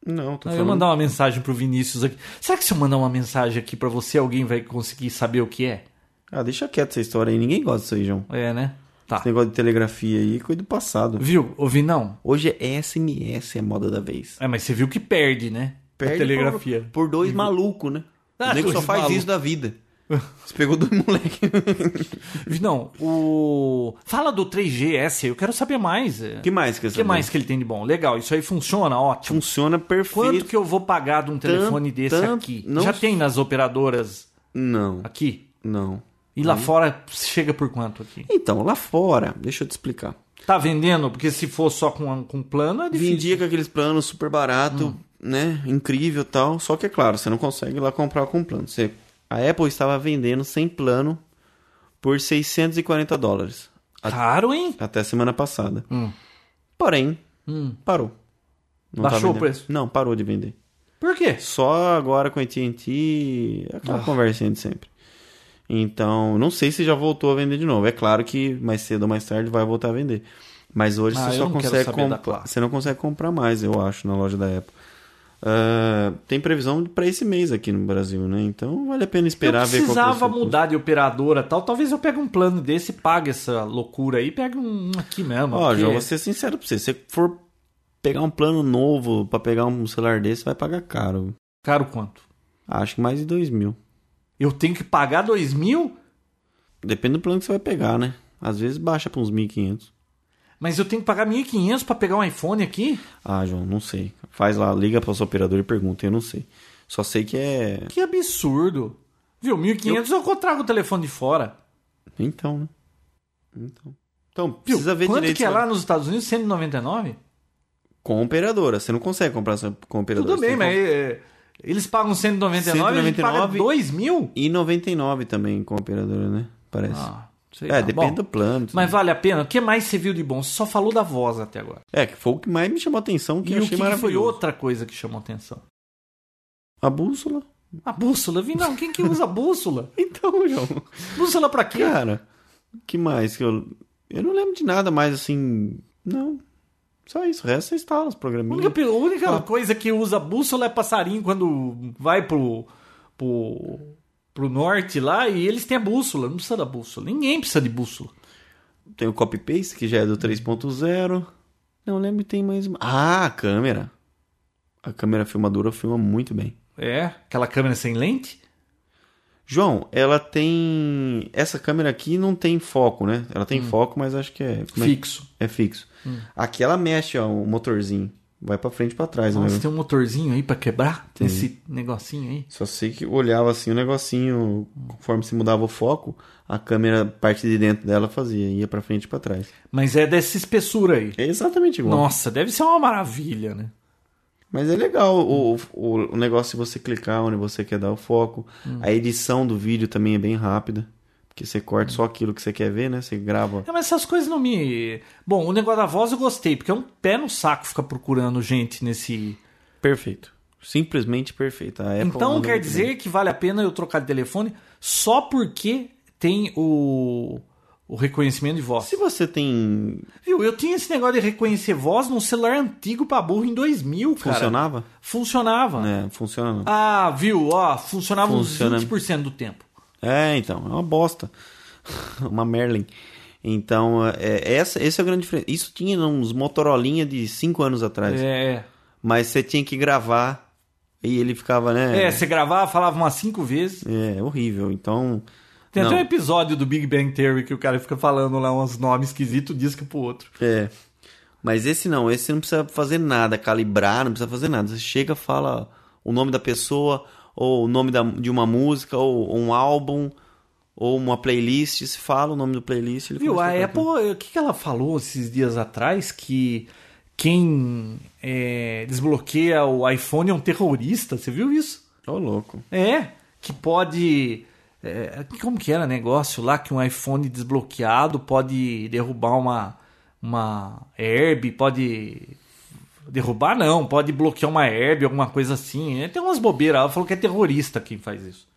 Não, tô Não, eu vou falando. mandar um- uma mensagem pro Vinícius aqui. Será que se eu mandar uma mensagem aqui pra você, alguém vai conseguir saber o que é? Ah, deixa quieto essa história aí. Ninguém gosta disso aí, João. É, né? Tá. Esse negócio de telegrafia aí, é coisa do passado. Viu? Ô, Vinão? Hoje é SMS, é a moda da vez. É, mas você viu que perde, né? Perde a telegrafia. Por, por dois malucos, né? Ah, o nego só dois faz maluco. isso da vida. Você pegou dois moleques. Vinão, o. Fala do 3GS, eu quero saber mais. é. O que mais que que mais que ele tem de bom? Legal, isso aí funciona, ótimo. Funciona perfeito. Quanto que eu vou pagar de um telefone desse tanto- aqui? não- Já tem nas operadoras Não, aqui? não. E lá fora chega por quanto aqui? Então, lá fora, deixa eu te explicar. Tá vendendo? Porque se for só com, com plano, é difícil. Hum. Vendia com aqueles planos super barato, né? Incrível e tal. Só que é claro, você não consegue ir lá comprar com plano. Você... A Apple estava vendendo sem plano por 640 dólares. a- Caro, hein? Até semana passada. Hum. Porém, Hum. parou. Baixou o vendendo. preço? Não, parou de vender. Por quê? Só agora com a AT&T, é aquela Ah. conversinha de sempre. Então, não sei se já voltou a vender de novo. É claro que mais cedo ou mais tarde vai voltar a vender. Mas hoje Ah, você eu só não quero consegue saber da comprar. Claro. Você não consegue comprar mais, eu acho, na loja da Apple. Ah, tem previsão para esse mês aqui no Brasil, né? Então vale a pena esperar eu ver qual que vai ser precisava o custo. mudar de operadora e tal. Talvez eu pegue um plano desse e pague essa loucura aí. Pegue um aqui mesmo. Ó, porque- João, vou ser sincero pra você. Se você for pegar um plano novo pra pegar um celular desse, vai pagar caro. é Caro quanto? Acho que mais de dois mil. Eu tenho que pagar dois mil? Depende do plano que você vai pegar, né? Às vezes baixa pra uns 1.500. Mas eu tenho que pagar 1.500 para pegar um iPhone aqui? Ah, João, não sei. Faz lá, liga para o seu operador e pergunta, eu não sei. Só sei que é. Que absurdo. Viu, 1.500 eu... eu trago o telefone de fora. Então, né? Então. Então, Viu, precisa ver quanto direito. que é se- lá nos Estados Unidos? 199? Com operadora. Você não consegue comprar essa- com operadora. Tudo bem, mas é, eles pagam 199, a gente paga 199. 2 mil? E 99 também com operadora, né? Parece. Ah, sei é, lá. depende Bom, do plano. tudo Mas vale a pena? O que mais você viu de bom? Você só falou da voz até agora. É, que foi o que mais me chamou a atenção, que E eu o achei que que foi maravilhoso. outra coisa que chamou atenção? A bússola. A bússola. Eu vi, não, quem que usa bússola? Então, João. Bússola pra quê? Cara, que mais que eu... Eu não lembro de nada mais, assim... Não. Só isso. O resto você instala os A única, programinhos. pe- a única Ah. coisa que usa bússola é passarinho quando vai pro, pro, pro norte lá e eles têm a bússola. Não precisa da bússola. Ninguém precisa de bússola. Tem o copy-paste, que já Hum. é do 3.0. Não lembro, tem mais... uma- Ah, a câmera. A câmera filmadora filma muito bem. É, aquela câmera sem lente. João, ela tem... Essa câmera aqui não tem foco, né? Ela tem foco, mas acho que é... como é que- Hum. Fixo. Hum. É fixo. Aqui ela mexe, ó, o motorzinho. Vai pra frente e pra trás, né? Nossa, tem um motorzinho aí pra quebrar? Tem esse negocinho aí? Só sei que eu olhava assim o negocinho, conforme se mudava o foco, a câmera, a parte de dentro dela fazia, ia pra frente e pra trás. Mas é dessa espessura aí. É exatamente igual. Nossa, deve ser uma maravilha, né? Mas é legal o, o, o negócio de você clicar onde você quer dar o foco. Hum. A edição do vídeo também é bem rápida. Porque você corta Hum. só aquilo que você quer ver, né? Você grava. É, mas essas coisas não me. Bom, o negócio da voz eu gostei, porque é um pé no saco ficar procurando gente nesse. Perfeito. Simplesmente perfeito. A Apple então manda quer muito dizer bem. que vale a pena eu trocar de telefone só porque tem o, o reconhecimento de voz. Se você tem. Viu? Eu tinha esse negócio de reconhecer voz num celular antigo pra burro em 2000, cara. Funcionava? Funcionava. É, funciona não. Ah, viu? Ó, funcionava Funciona. uns 20% do tempo. É, então, é uma bosta. uma Merlin. Então, é, essa, esse é o grande diferença. Isso tinha uns Motorolinha de 5 anos atrás. É. Mas você tinha que gravar e ele ficava, né? É, você gravava, falava umas cinco vezes. é, horrível. Então. Tem até um não, episódio do Big Bang Theory que o cara fica falando lá uns nomes esquisitos, diz que pro outro. é. Mas esse não, esse você não precisa fazer nada, calibrar, não precisa fazer nada. Você chega, fala o nome da pessoa, ou o nome da- de uma música, ou, um álbum, ou uma playlist. Você fala o nome do playlist. Ele Viu, a começa tocar. Apple, eh, o que, que ela falou esses dias atrás? Que quem é, desbloqueia o iPhone é um terrorista, você viu isso? Ô, louco. É, que pode. é, como que era o negócio lá que um iPhone desbloqueado pode derrubar uma, uma herb, pode. Derrubar não, pode bloquear uma herb, alguma coisa assim. É, Tem umas bobeiras. Ela falou que é terrorista quem faz isso.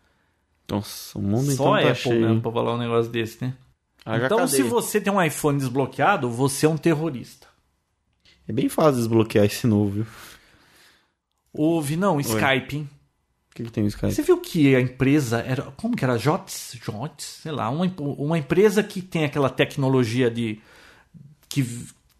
Nossa, o mundo então Só tá a Apple cheio. mesmo pra falar um negócio desse, né? Haja então, se cadeia. você tem um iPhone desbloqueado, você é um terrorista. É bem fácil desbloquear esse novo, viu? O Houve, não, Skype, hein? que, que tem o Skype? Você viu que a empresa era. Como que era? Jots? Jots? Sei lá. Uma, em- uma empresa que tem aquela tecnologia de. que,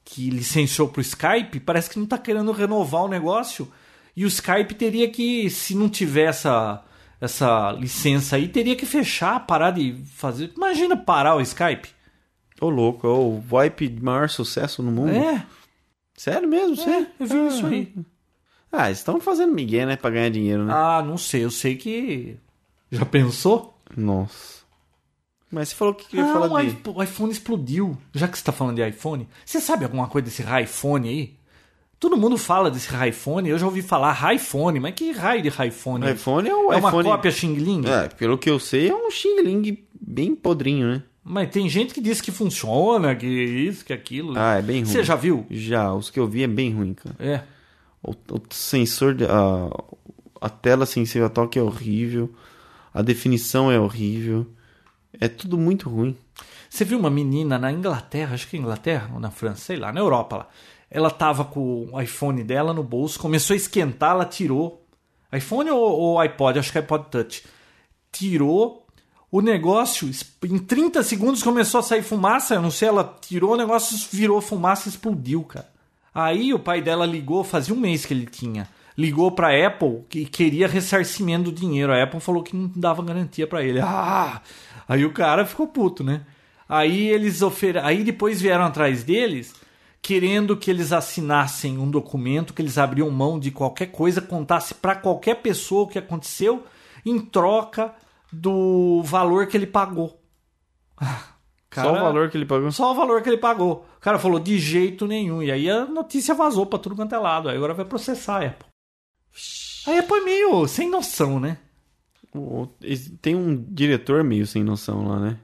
que licenciou pro Skype, parece que não tá querendo renovar o negócio. E o Skype teria que. Se não tiver essa, essa licença aí, teria que fechar, parar de fazer. Imagina parar o Skype. Ô, louco, é o VoIP de maior sucesso no mundo. É, Sério mesmo? Sério? eu vi isso aí. Ah, eles estão fazendo migué, né? Pra ganhar dinheiro, né? Ah, não sei, eu sei que. Já pensou? Nossa. Mas você falou que queria ah, falar o, de... i- o iPhone explodiu. Já que você tá falando de iPhone, você sabe alguma coisa desse iPhone aí? Todo mundo fala desse iPhone, eu já ouvi falar iPhone, mas que raio de iPhone? O iPhone é o é uma iPhone... cópia Xing Ling? É, pelo que eu sei, é um Xing Ling bem podrinho, né? Mas tem gente que diz que funciona, que isso, que aquilo. Ah, é bem ruim. você já viu? Já, os que eu vi é bem ruim, cara. É. O, o sensor, de, a, a tela sensível a toque é horrível. A definição é horrível. É tudo muito ruim. Você viu uma menina na Inglaterra, acho que é Inglaterra ou na França, sei lá, na Europa lá. Ela tava com o iPhone dela no bolso, começou a esquentar, ela tirou. iPhone ou, ou iPod? Acho que é iPod Touch. Tirou o negócio, es- em 30 segundos começou a sair fumaça, eu não sei, ela tirou o negócio, virou fumaça e explodiu, cara. Aí o pai dela ligou, fazia um mês que ele tinha. Ligou pra Apple que queria ressarcimento do dinheiro. A Apple falou que não dava garantia pra ele. Ah! Aí o cara ficou puto, né? Aí eles ofer... aí depois vieram atrás deles querendo que eles assinassem um documento, que eles abriam mão de qualquer coisa, contasse para qualquer pessoa o que aconteceu em troca do valor que ele pagou. Cara, Só o valor que ele pagou. só o valor que ele pagou. O cara falou de jeito nenhum. E aí a notícia vazou pra tudo quanto é lado. Aí agora vai processar a Apple. A Apple é meio sem noção, né? O- Esse- Tem um diretor meio sem noção lá, né?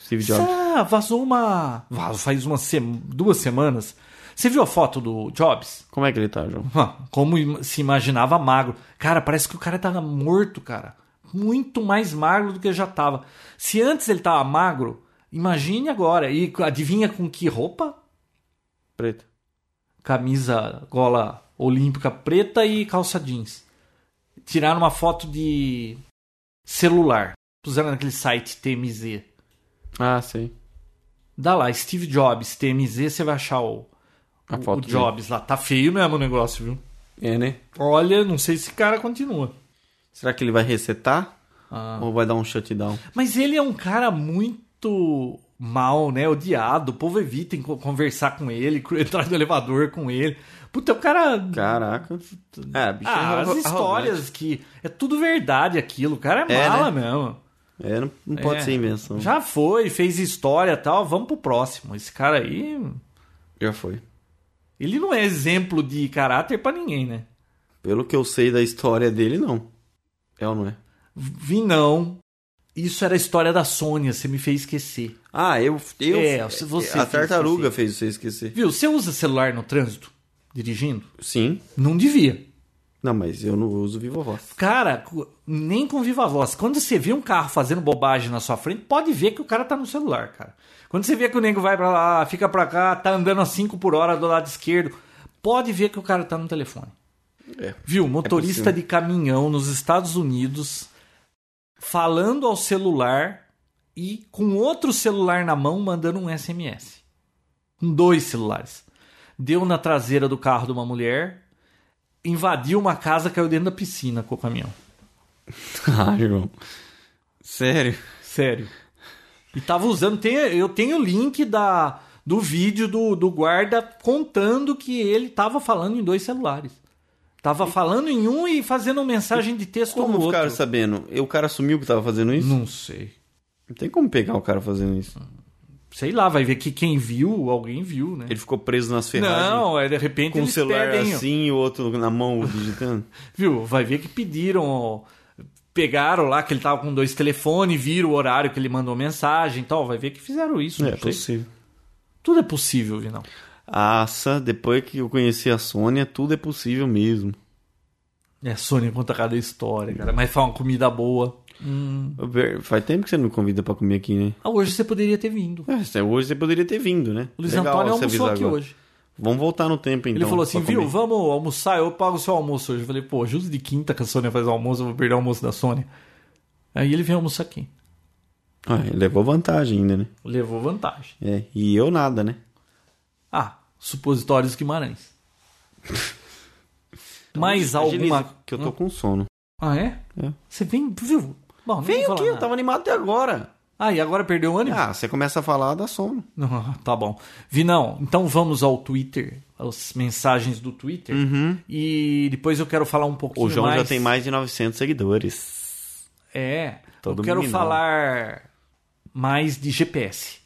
Steve Jobs. Ah, vazou uma. Vazou faz umas sem- duas semanas. Você viu a foto do Jobs? Como é que ele tá, João? Hum, Como im- se imaginava magro. Cara, parece que o cara tava morto, cara. Muito mais magro do que já tava. Se antes ele tava magro, imagine agora. E adivinha com que roupa? Preto. camisa gola olímpica preta e calça jeans. Tiraram uma foto de celular. Puseram naquele site TMZ. Ah, sei. Dá lá, Steve Jobs, TMZ, você vai achar o, A o- foto o dele. Jobs lá. Tá feio mesmo o negócio, viu? É, né? Olha, não sei se esse cara continua. Será que ele vai resetar? Ah. Ou vai dar um shutdown? Mas ele é um cara muito mal, né? Odiado. O povo evita em co- conversar com ele, entrar no elevador com ele. Puta, o cara Caraca. É, bicho Ah, é as arro- histórias que. É tudo verdade aquilo. O cara é, É, mala mesmo. arrogante. É, não, não pode É. ser invenção. Já foi, fez história e tal. Vamos pro próximo. Esse cara aí. Já foi. Ele não é exemplo de caráter pra ninguém, né? Pelo que eu sei da história dele, não. É ou não é? Vi não. Isso era a história da Sônia, você me fez esquecer. Ah, eu. eu É, se você a fez tartaruga fez você esquecer. Viu? Você usa celular no trânsito? Dirigindo? Sim. Não devia. Não, mas eu não uso viva voz. Cara, cu- nem com viva voz. Quando você vê um carro fazendo bobagem na sua frente, pode ver que o cara tá no celular, cara. Quando você vê que o nego vai pra lá, fica pra cá, tá andando a 5 por hora do lado esquerdo, pode ver que o cara tá no telefone. É. Viu? Motorista possível. de caminhão nos Estados Unidos falando ao celular e com outro celular na mão mandando um SMS. Com dois celulares. Deu na traseira do carro de uma mulher, invadiu uma casa, caiu dentro da piscina com o caminhão. Ah, João. Sério? Sério. E tava usando. tem- eu tenho o link da, do vídeo do, do guarda contando que ele tava falando em dois celulares. Tava falando em um e fazendo mensagem de texto Como no outro. ficaram sabendo? E o cara assumiu que tava fazendo isso? Não sei. Não tem como pegar o cara fazendo isso. Sei lá, vai ver que quem viu, alguém viu, né? Ele ficou preso nas ferragens. Não, é de repente Com o eles celular pedem, assim e o outro na mão digitando. viu? Vai ver que pediram, ó, pegaram lá que ele tava com dois telefones, viram o horário que ele mandou mensagem, e tal, vai ver que fizeram isso, é não sei. possível. Tudo é possível, Vinão. A Ah, Assa, depois que eu conheci a Sônia, tudo é possível mesmo. É, Sônia conta cada história, cara. Mas faz uma comida boa. Hum. Ô, Ber, Faz tempo que você não me convida pra comer aqui, né? Ah, hoje você poderia ter vindo. É, você- hoje você poderia ter vindo, né? O Luiz Legal Antônio você almoçou avisar aqui agora. hoje. Vamos voltar no tempo então. Ele falou assim, pra viu, comer. vamos almoçar, eu pago o seu almoço hoje. Eu falei, pô, justo de quinta que a Sônia faz o almoço, eu vou perder o almoço da Sônia. Aí ele veio almoçar aqui. Ah, ele levou vantagem ainda, né? Levou vantagem. É, e eu nada, né? Ah, supositórios Guimarães. Mais Agiliza, alguma... Que eu tô com sono. Ah, é? É. Você vem, viu? Bom, não Vem vou aqui, então. falar eu nada. tava animado até agora. Ah, e agora perdeu o ânimo? Ah, você começa a falar, dá sono. Não, tá bom. Vinão, então vamos ao Twitter, as mensagens do Twitter. E depois eu quero falar um pouquinho Uhum. O João mais. já tem mais de 900 seguidores. É, Todo né? eu quero meninão. falar mais de GPS.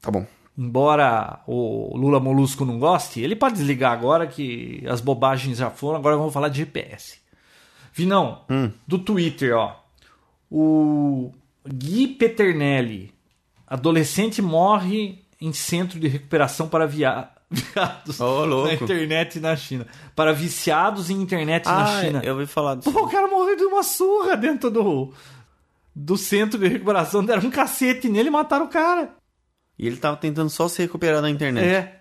Tá bom. Embora o Lula Molusco não goste, ele pode desligar agora que as bobagens já foram, agora vamos falar de GPS. Vinão, Hum. do Twitter, ó. O Gui Peternelli, adolescente morre em centro de recuperação para via... viados Ô, louco. na internet na China. Para viciados em internet na China. Ah, eu ouvi falar disso. Pô, o cara morreu de uma surra dentro do, do centro de recuperação. Deram um cacete nele e mataram o cara. E ele tava tentando só se recuperar da internet. É.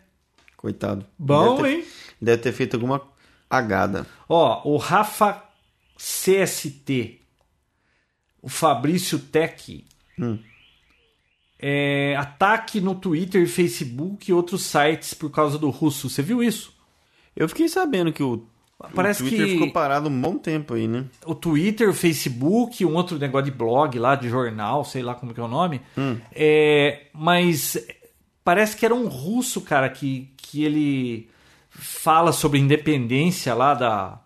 Coitado. Bom, Deve ter- hein? Deve ter feito alguma agada. Ó, o Rafa CST, o Fabrício Tech, é, ataque no Twitter, Facebook e outros sites por causa do russo. Você viu isso? Eu fiquei sabendo que o, Parece o Twitter que- ficou parado um bom tempo aí, né? o Twitter, o Facebook, um outro negócio de blog lá, de jornal, sei lá como que é o nome. É, mas parece que era um russo, cara, que, que ele fala sobre a independência lá da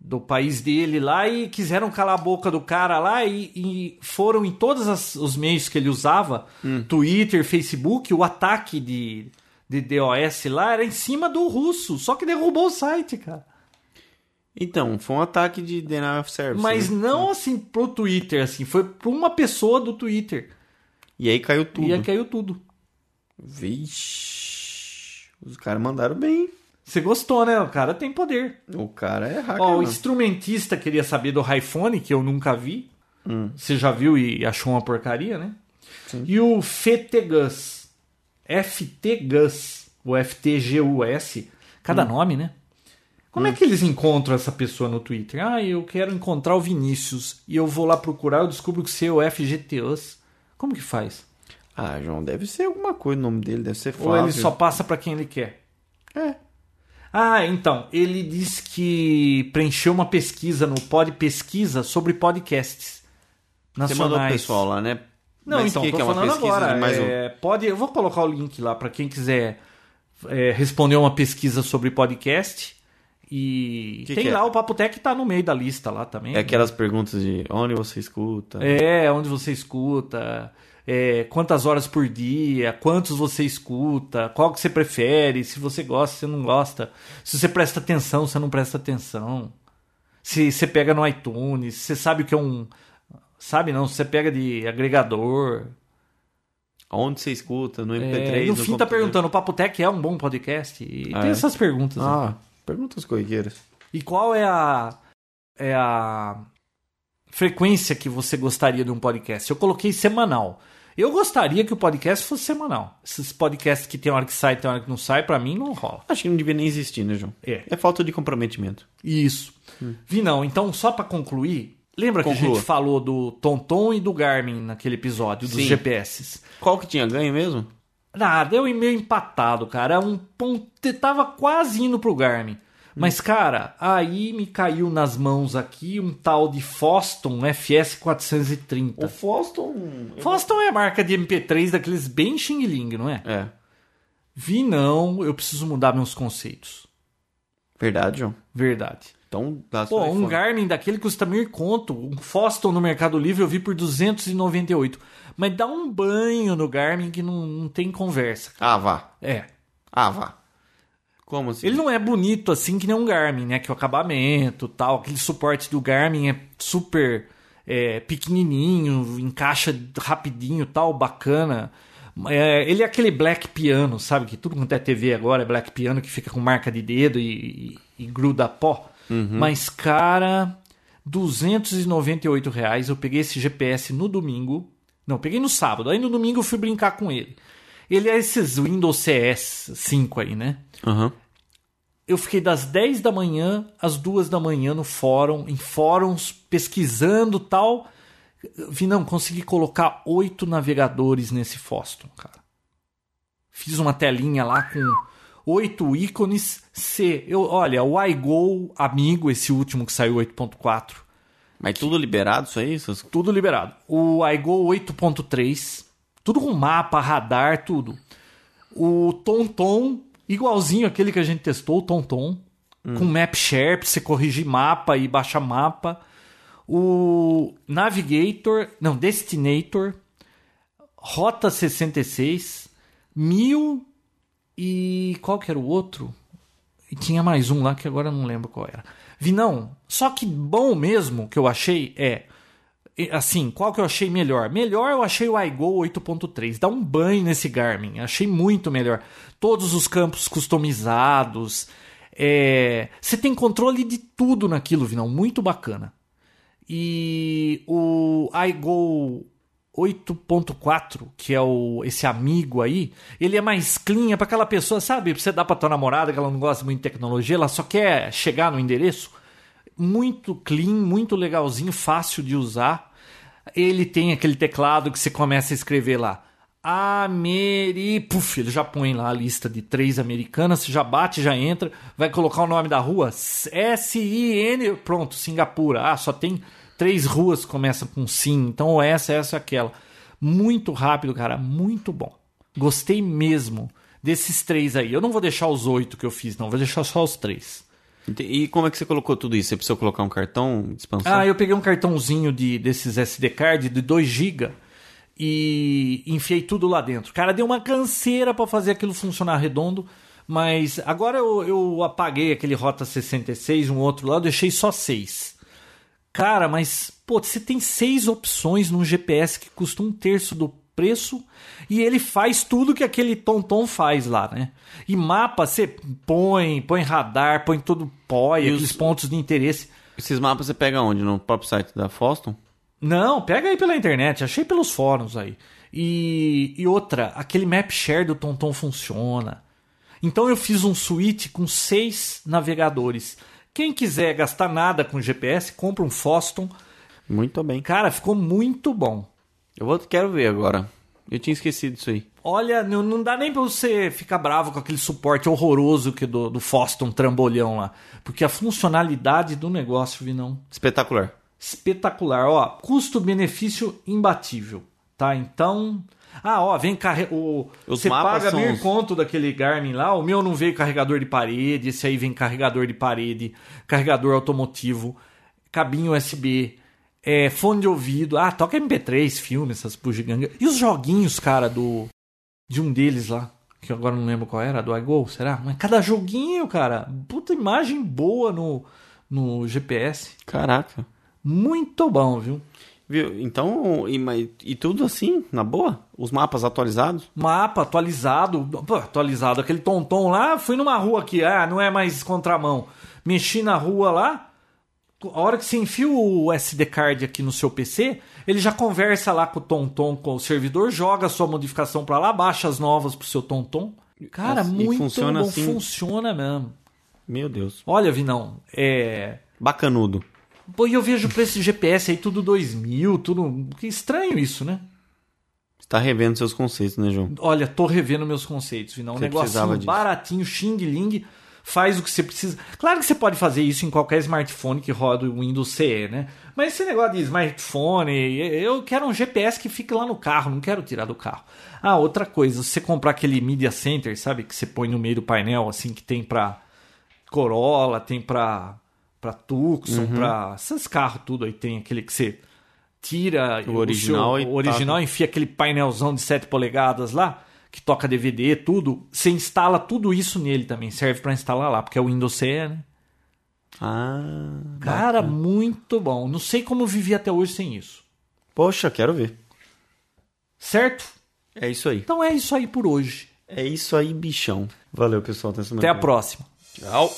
do país dele lá e quiseram calar a boca do cara lá e, e foram em todos as- os meios que ele usava, Twitter, Facebook, o ataque de, de DOS lá era em cima do russo, só que derrubou o site, cara. Então, foi um ataque de denial of service. Mas né? não assim pro Twitter, assim, foi pra uma pessoa do Twitter. E aí caiu tudo. E aí caiu tudo. Vixe. Os caras mandaram bem. Você gostou, né? O cara tem poder. O cara é hacker. Ó, o mano. instrumentista queria saber do iPhone, que eu nunca vi. Você já viu e achou uma porcaria, né? E o FTGUS. FTGUS. O FTGUS. Cada nome, né? Como é que eles encontram essa pessoa no Twitter? Ah, eu quero encontrar o Vinícius. E eu vou lá procurar, eu descubro que seu é o FGTUS. Como que faz? Ah, João, deve ser alguma coisa o nome dele, deve ser Flávio. Ou ele só passa pra quem ele quer? É. Ah, então, ele diz que preencheu uma pesquisa no Pod Pesquisa sobre podcasts Você nacionais. mandou pro pessoal lá, né? Não, Mas então, que tô que é uma falando pesquisa agora. de mais um? é, pode, eu vou colocar o link lá pra quem quiser é, responder uma pesquisa sobre podcast. E Que tem que é? lá o Papo Tech tá no meio da lista lá também. É aquelas perguntas de onde você escuta. É, onde você escuta, é, quantas horas por dia, quantos você escuta, qual que você prefere, se você gosta, se não gosta, se você presta atenção, se não presta atenção, se você pega no iTunes, se você sabe o que é um. Sabe não, se você pega de agregador. Onde você escuta, no MP3. É, e no fim tá computador. perguntando, o Papo Tech é um bom podcast? E Ah, tem é? essas perguntas. né? Ah, perguntas corriqueiras. E qual é a é a frequência que você gostaria de um podcast? Eu coloquei semanal. Eu gostaria que o podcast fosse semanal. Esses podcasts que tem hora que sai, tem hora que não sai, pra mim não rola. Acho que não devia nem existir, né, João? É. É falta de comprometimento. Isso. Vi não. Então, só pra concluir, lembra que a Hum. Conclua. gente falou do Tonton e do Garmin naquele episódio dos Sim. GPS? Qual que tinha ganho mesmo? Nada, eu e meio empatado, cara. Um ponto. Tava quase indo pro Garmin. Mas, cara, aí me caiu nas mãos aqui um tal de Foston O FS430. Foston. Foston é a marca de MP3 daqueles bem Xing Ling, não é? É. Vi não, eu preciso mudar meus conceitos. Verdade, João. Verdade. Então, dá seu Pô, um iPhone. Garmin daquele custa mil conto. Um Foston no Mercado Livre eu vi por 298. Mas dá um banho no Garmin que não, não tem conversa. Ah, vá. É, Ah, vá. Como assim? Ele não é bonito assim que nem um Garmin, né? Que o acabamento tal, aquele suporte do Garmin é super é, pequenininho, encaixa rapidinho tal, bacana. É, ele é aquele black piano, sabe? Que tudo quanto é TV agora é black piano que fica com marca de dedo e, e- e gruda pó. Mas, cara, 298 reais. Eu peguei esse GPS no domingo. Não, peguei no sábado. Aí no domingo eu fui brincar com ele. Ele é esses Windows CS 5 aí, né? Aham. eu fiquei das 10 da manhã às 2 da manhã no fórum, em fóruns, pesquisando tal. Vi, não, consegui colocar oito navegadores nesse Foston, cara. Fiz uma telinha lá com oito ícones C. Eu, olha, o iGo Amigo, esse último que saiu 8.4, Mas tudo liberado, isso aí? Essas... tudo liberado. O iGo 8.3, tudo com mapa, radar, tudo. O Tonton, igualzinho aquele que a gente testou, o Tonton, com Map Share, pra você corrigir mapa e baixar mapa. O Navigator, não, Destinator, Rota 66, Mil e qual que era o outro? E tinha mais um lá que agora eu não lembro qual era. Vi não, só que bom mesmo que eu achei é e, assim, qual que eu achei melhor? Melhor eu achei o iGo 8.3. Dá um banho nesse Garmin. Achei muito melhor. Todos os campos customizados. é, Você tem controle de tudo naquilo, Vinão. Muito bacana. E o iGo 8.4, que é o esse amigo aí, ele é mais clean, é pra aquela pessoa, sabe? Pra você dar pra tua namorada que ela não gosta muito de tecnologia, ela só quer chegar no endereço. Muito clean, muito legalzinho, fácil de usar. Ele tem aquele teclado que você começa a escrever lá. Ameri. Puf, ele já põe lá a lista de três americanas, você já bate, já entra, vai colocar o nome da rua. S-I-N. Pronto, Singapura. Ah, só tem três ruas que começam com sim. Então essa, essa, aquela. Muito rápido, cara. Muito bom. Gostei mesmo. desses três aí. Eu não vou deixar os oito que eu fiz, não. Vou deixar só os três. Ente- E como é que você colocou tudo isso? Você precisou colocar um cartão de expansão? Ah, eu peguei um cartãozinho de, desses SD card de 2 GB e enfiei tudo lá dentro. Cara, deu uma canseira pra fazer aquilo funcionar redondo, mas agora eu, eu apaguei aquele Rota 66, um outro lá, eu deixei só 6. Cara, mas pô, você tem seis opções num GPS que custa um terço do preço e ele faz tudo que aquele Tonton faz lá, né? E mapa você põe, põe radar, põe todo POI, E os- aqueles pontos de interesse. Esses mapas você pega onde? No próprio site da Foston? Não, pega aí pela internet, achei pelos fóruns aí. E, e outra, aquele map share do Tonton funciona. Então eu fiz um suíte com seis navegadores. Quem quiser gastar nada com GPS, compra um Foston. Muito bem. Cara, ficou muito bom. Eu vou, quero ver agora. Eu tinha esquecido isso aí. Olha, não, não dá nem pra você ficar bravo com aquele suporte horroroso que do, do Foston trambolhão lá. Porque a funcionalidade do negócio, Vinão, Espetacular. espetacular. Ó, custo-benefício imbatível, tá? Então, ah, ó, vem carre... o Os você mapas paga são mil os- conto daquele Garmin lá, o meu não veio carregador de parede, esse aí vem carregador de parede, carregador automotivo, cabinho USB, é, fone de ouvido, ah, toca MP3, filme, essas bugigangas. E os joguinhos, cara, do de um deles lá, que eu agora não lembro qual era, do iGo, será? Mas cada joguinho, cara, puta imagem boa no no GPS. Caraca. Muito bom, viu? Viu? Então, e, mas- e tudo assim, na boa? Os mapas atualizados? Mapa atualizado, pô, atualizado, aquele tonton lá, fui numa rua aqui, ah, não é mais contramão. Mexi na rua lá, a hora que você enfia o SD card aqui no seu PC, ele já conversa lá com o tonton, com o servidor, joga a sua modificação pra lá, baixa as novas pro seu tonton. Cara, E muito funciona bom, assim? funciona mesmo. Meu Deus. Olha, Vinão, é... Bacanudo. Pô, e eu vejo preço de GPS aí, tudo 2000, tudo... Que estranho isso, né? Você tá revendo seus conceitos, né, João? Olha, tô revendo meus conceitos, Vinão. Um Você negocinho precisava disso. baratinho, Xing Ling, faz o que você precisa. Claro que você pode fazer isso em qualquer smartphone que roda o Windows CE, né? Mas esse negócio de smartphone, eu quero um GPS que fique lá no carro, não quero tirar do carro. Ah, outra coisa, você comprar aquele Media Center, sabe? Que você põe no meio do painel, assim, que tem pra Corolla, tem pra, pra Tucson, Uhum. pra. Esses carros tudo aí tem aquele que você tira O original seu- e tá. o original enfia aquele painelzão de 7 polegadas lá, que toca DVD, tudo. Você instala tudo isso nele também. Serve pra instalar lá, porque é o Windows CE, né? Ah. Cara, muito bom. Não sei como eu vivi até hoje sem isso. Poxa, quero ver. Certo? É isso aí. Então é isso aí por hoje. É isso aí, bichão. Valeu, pessoal. Até, semana Até a que vem. próxima. Tchau.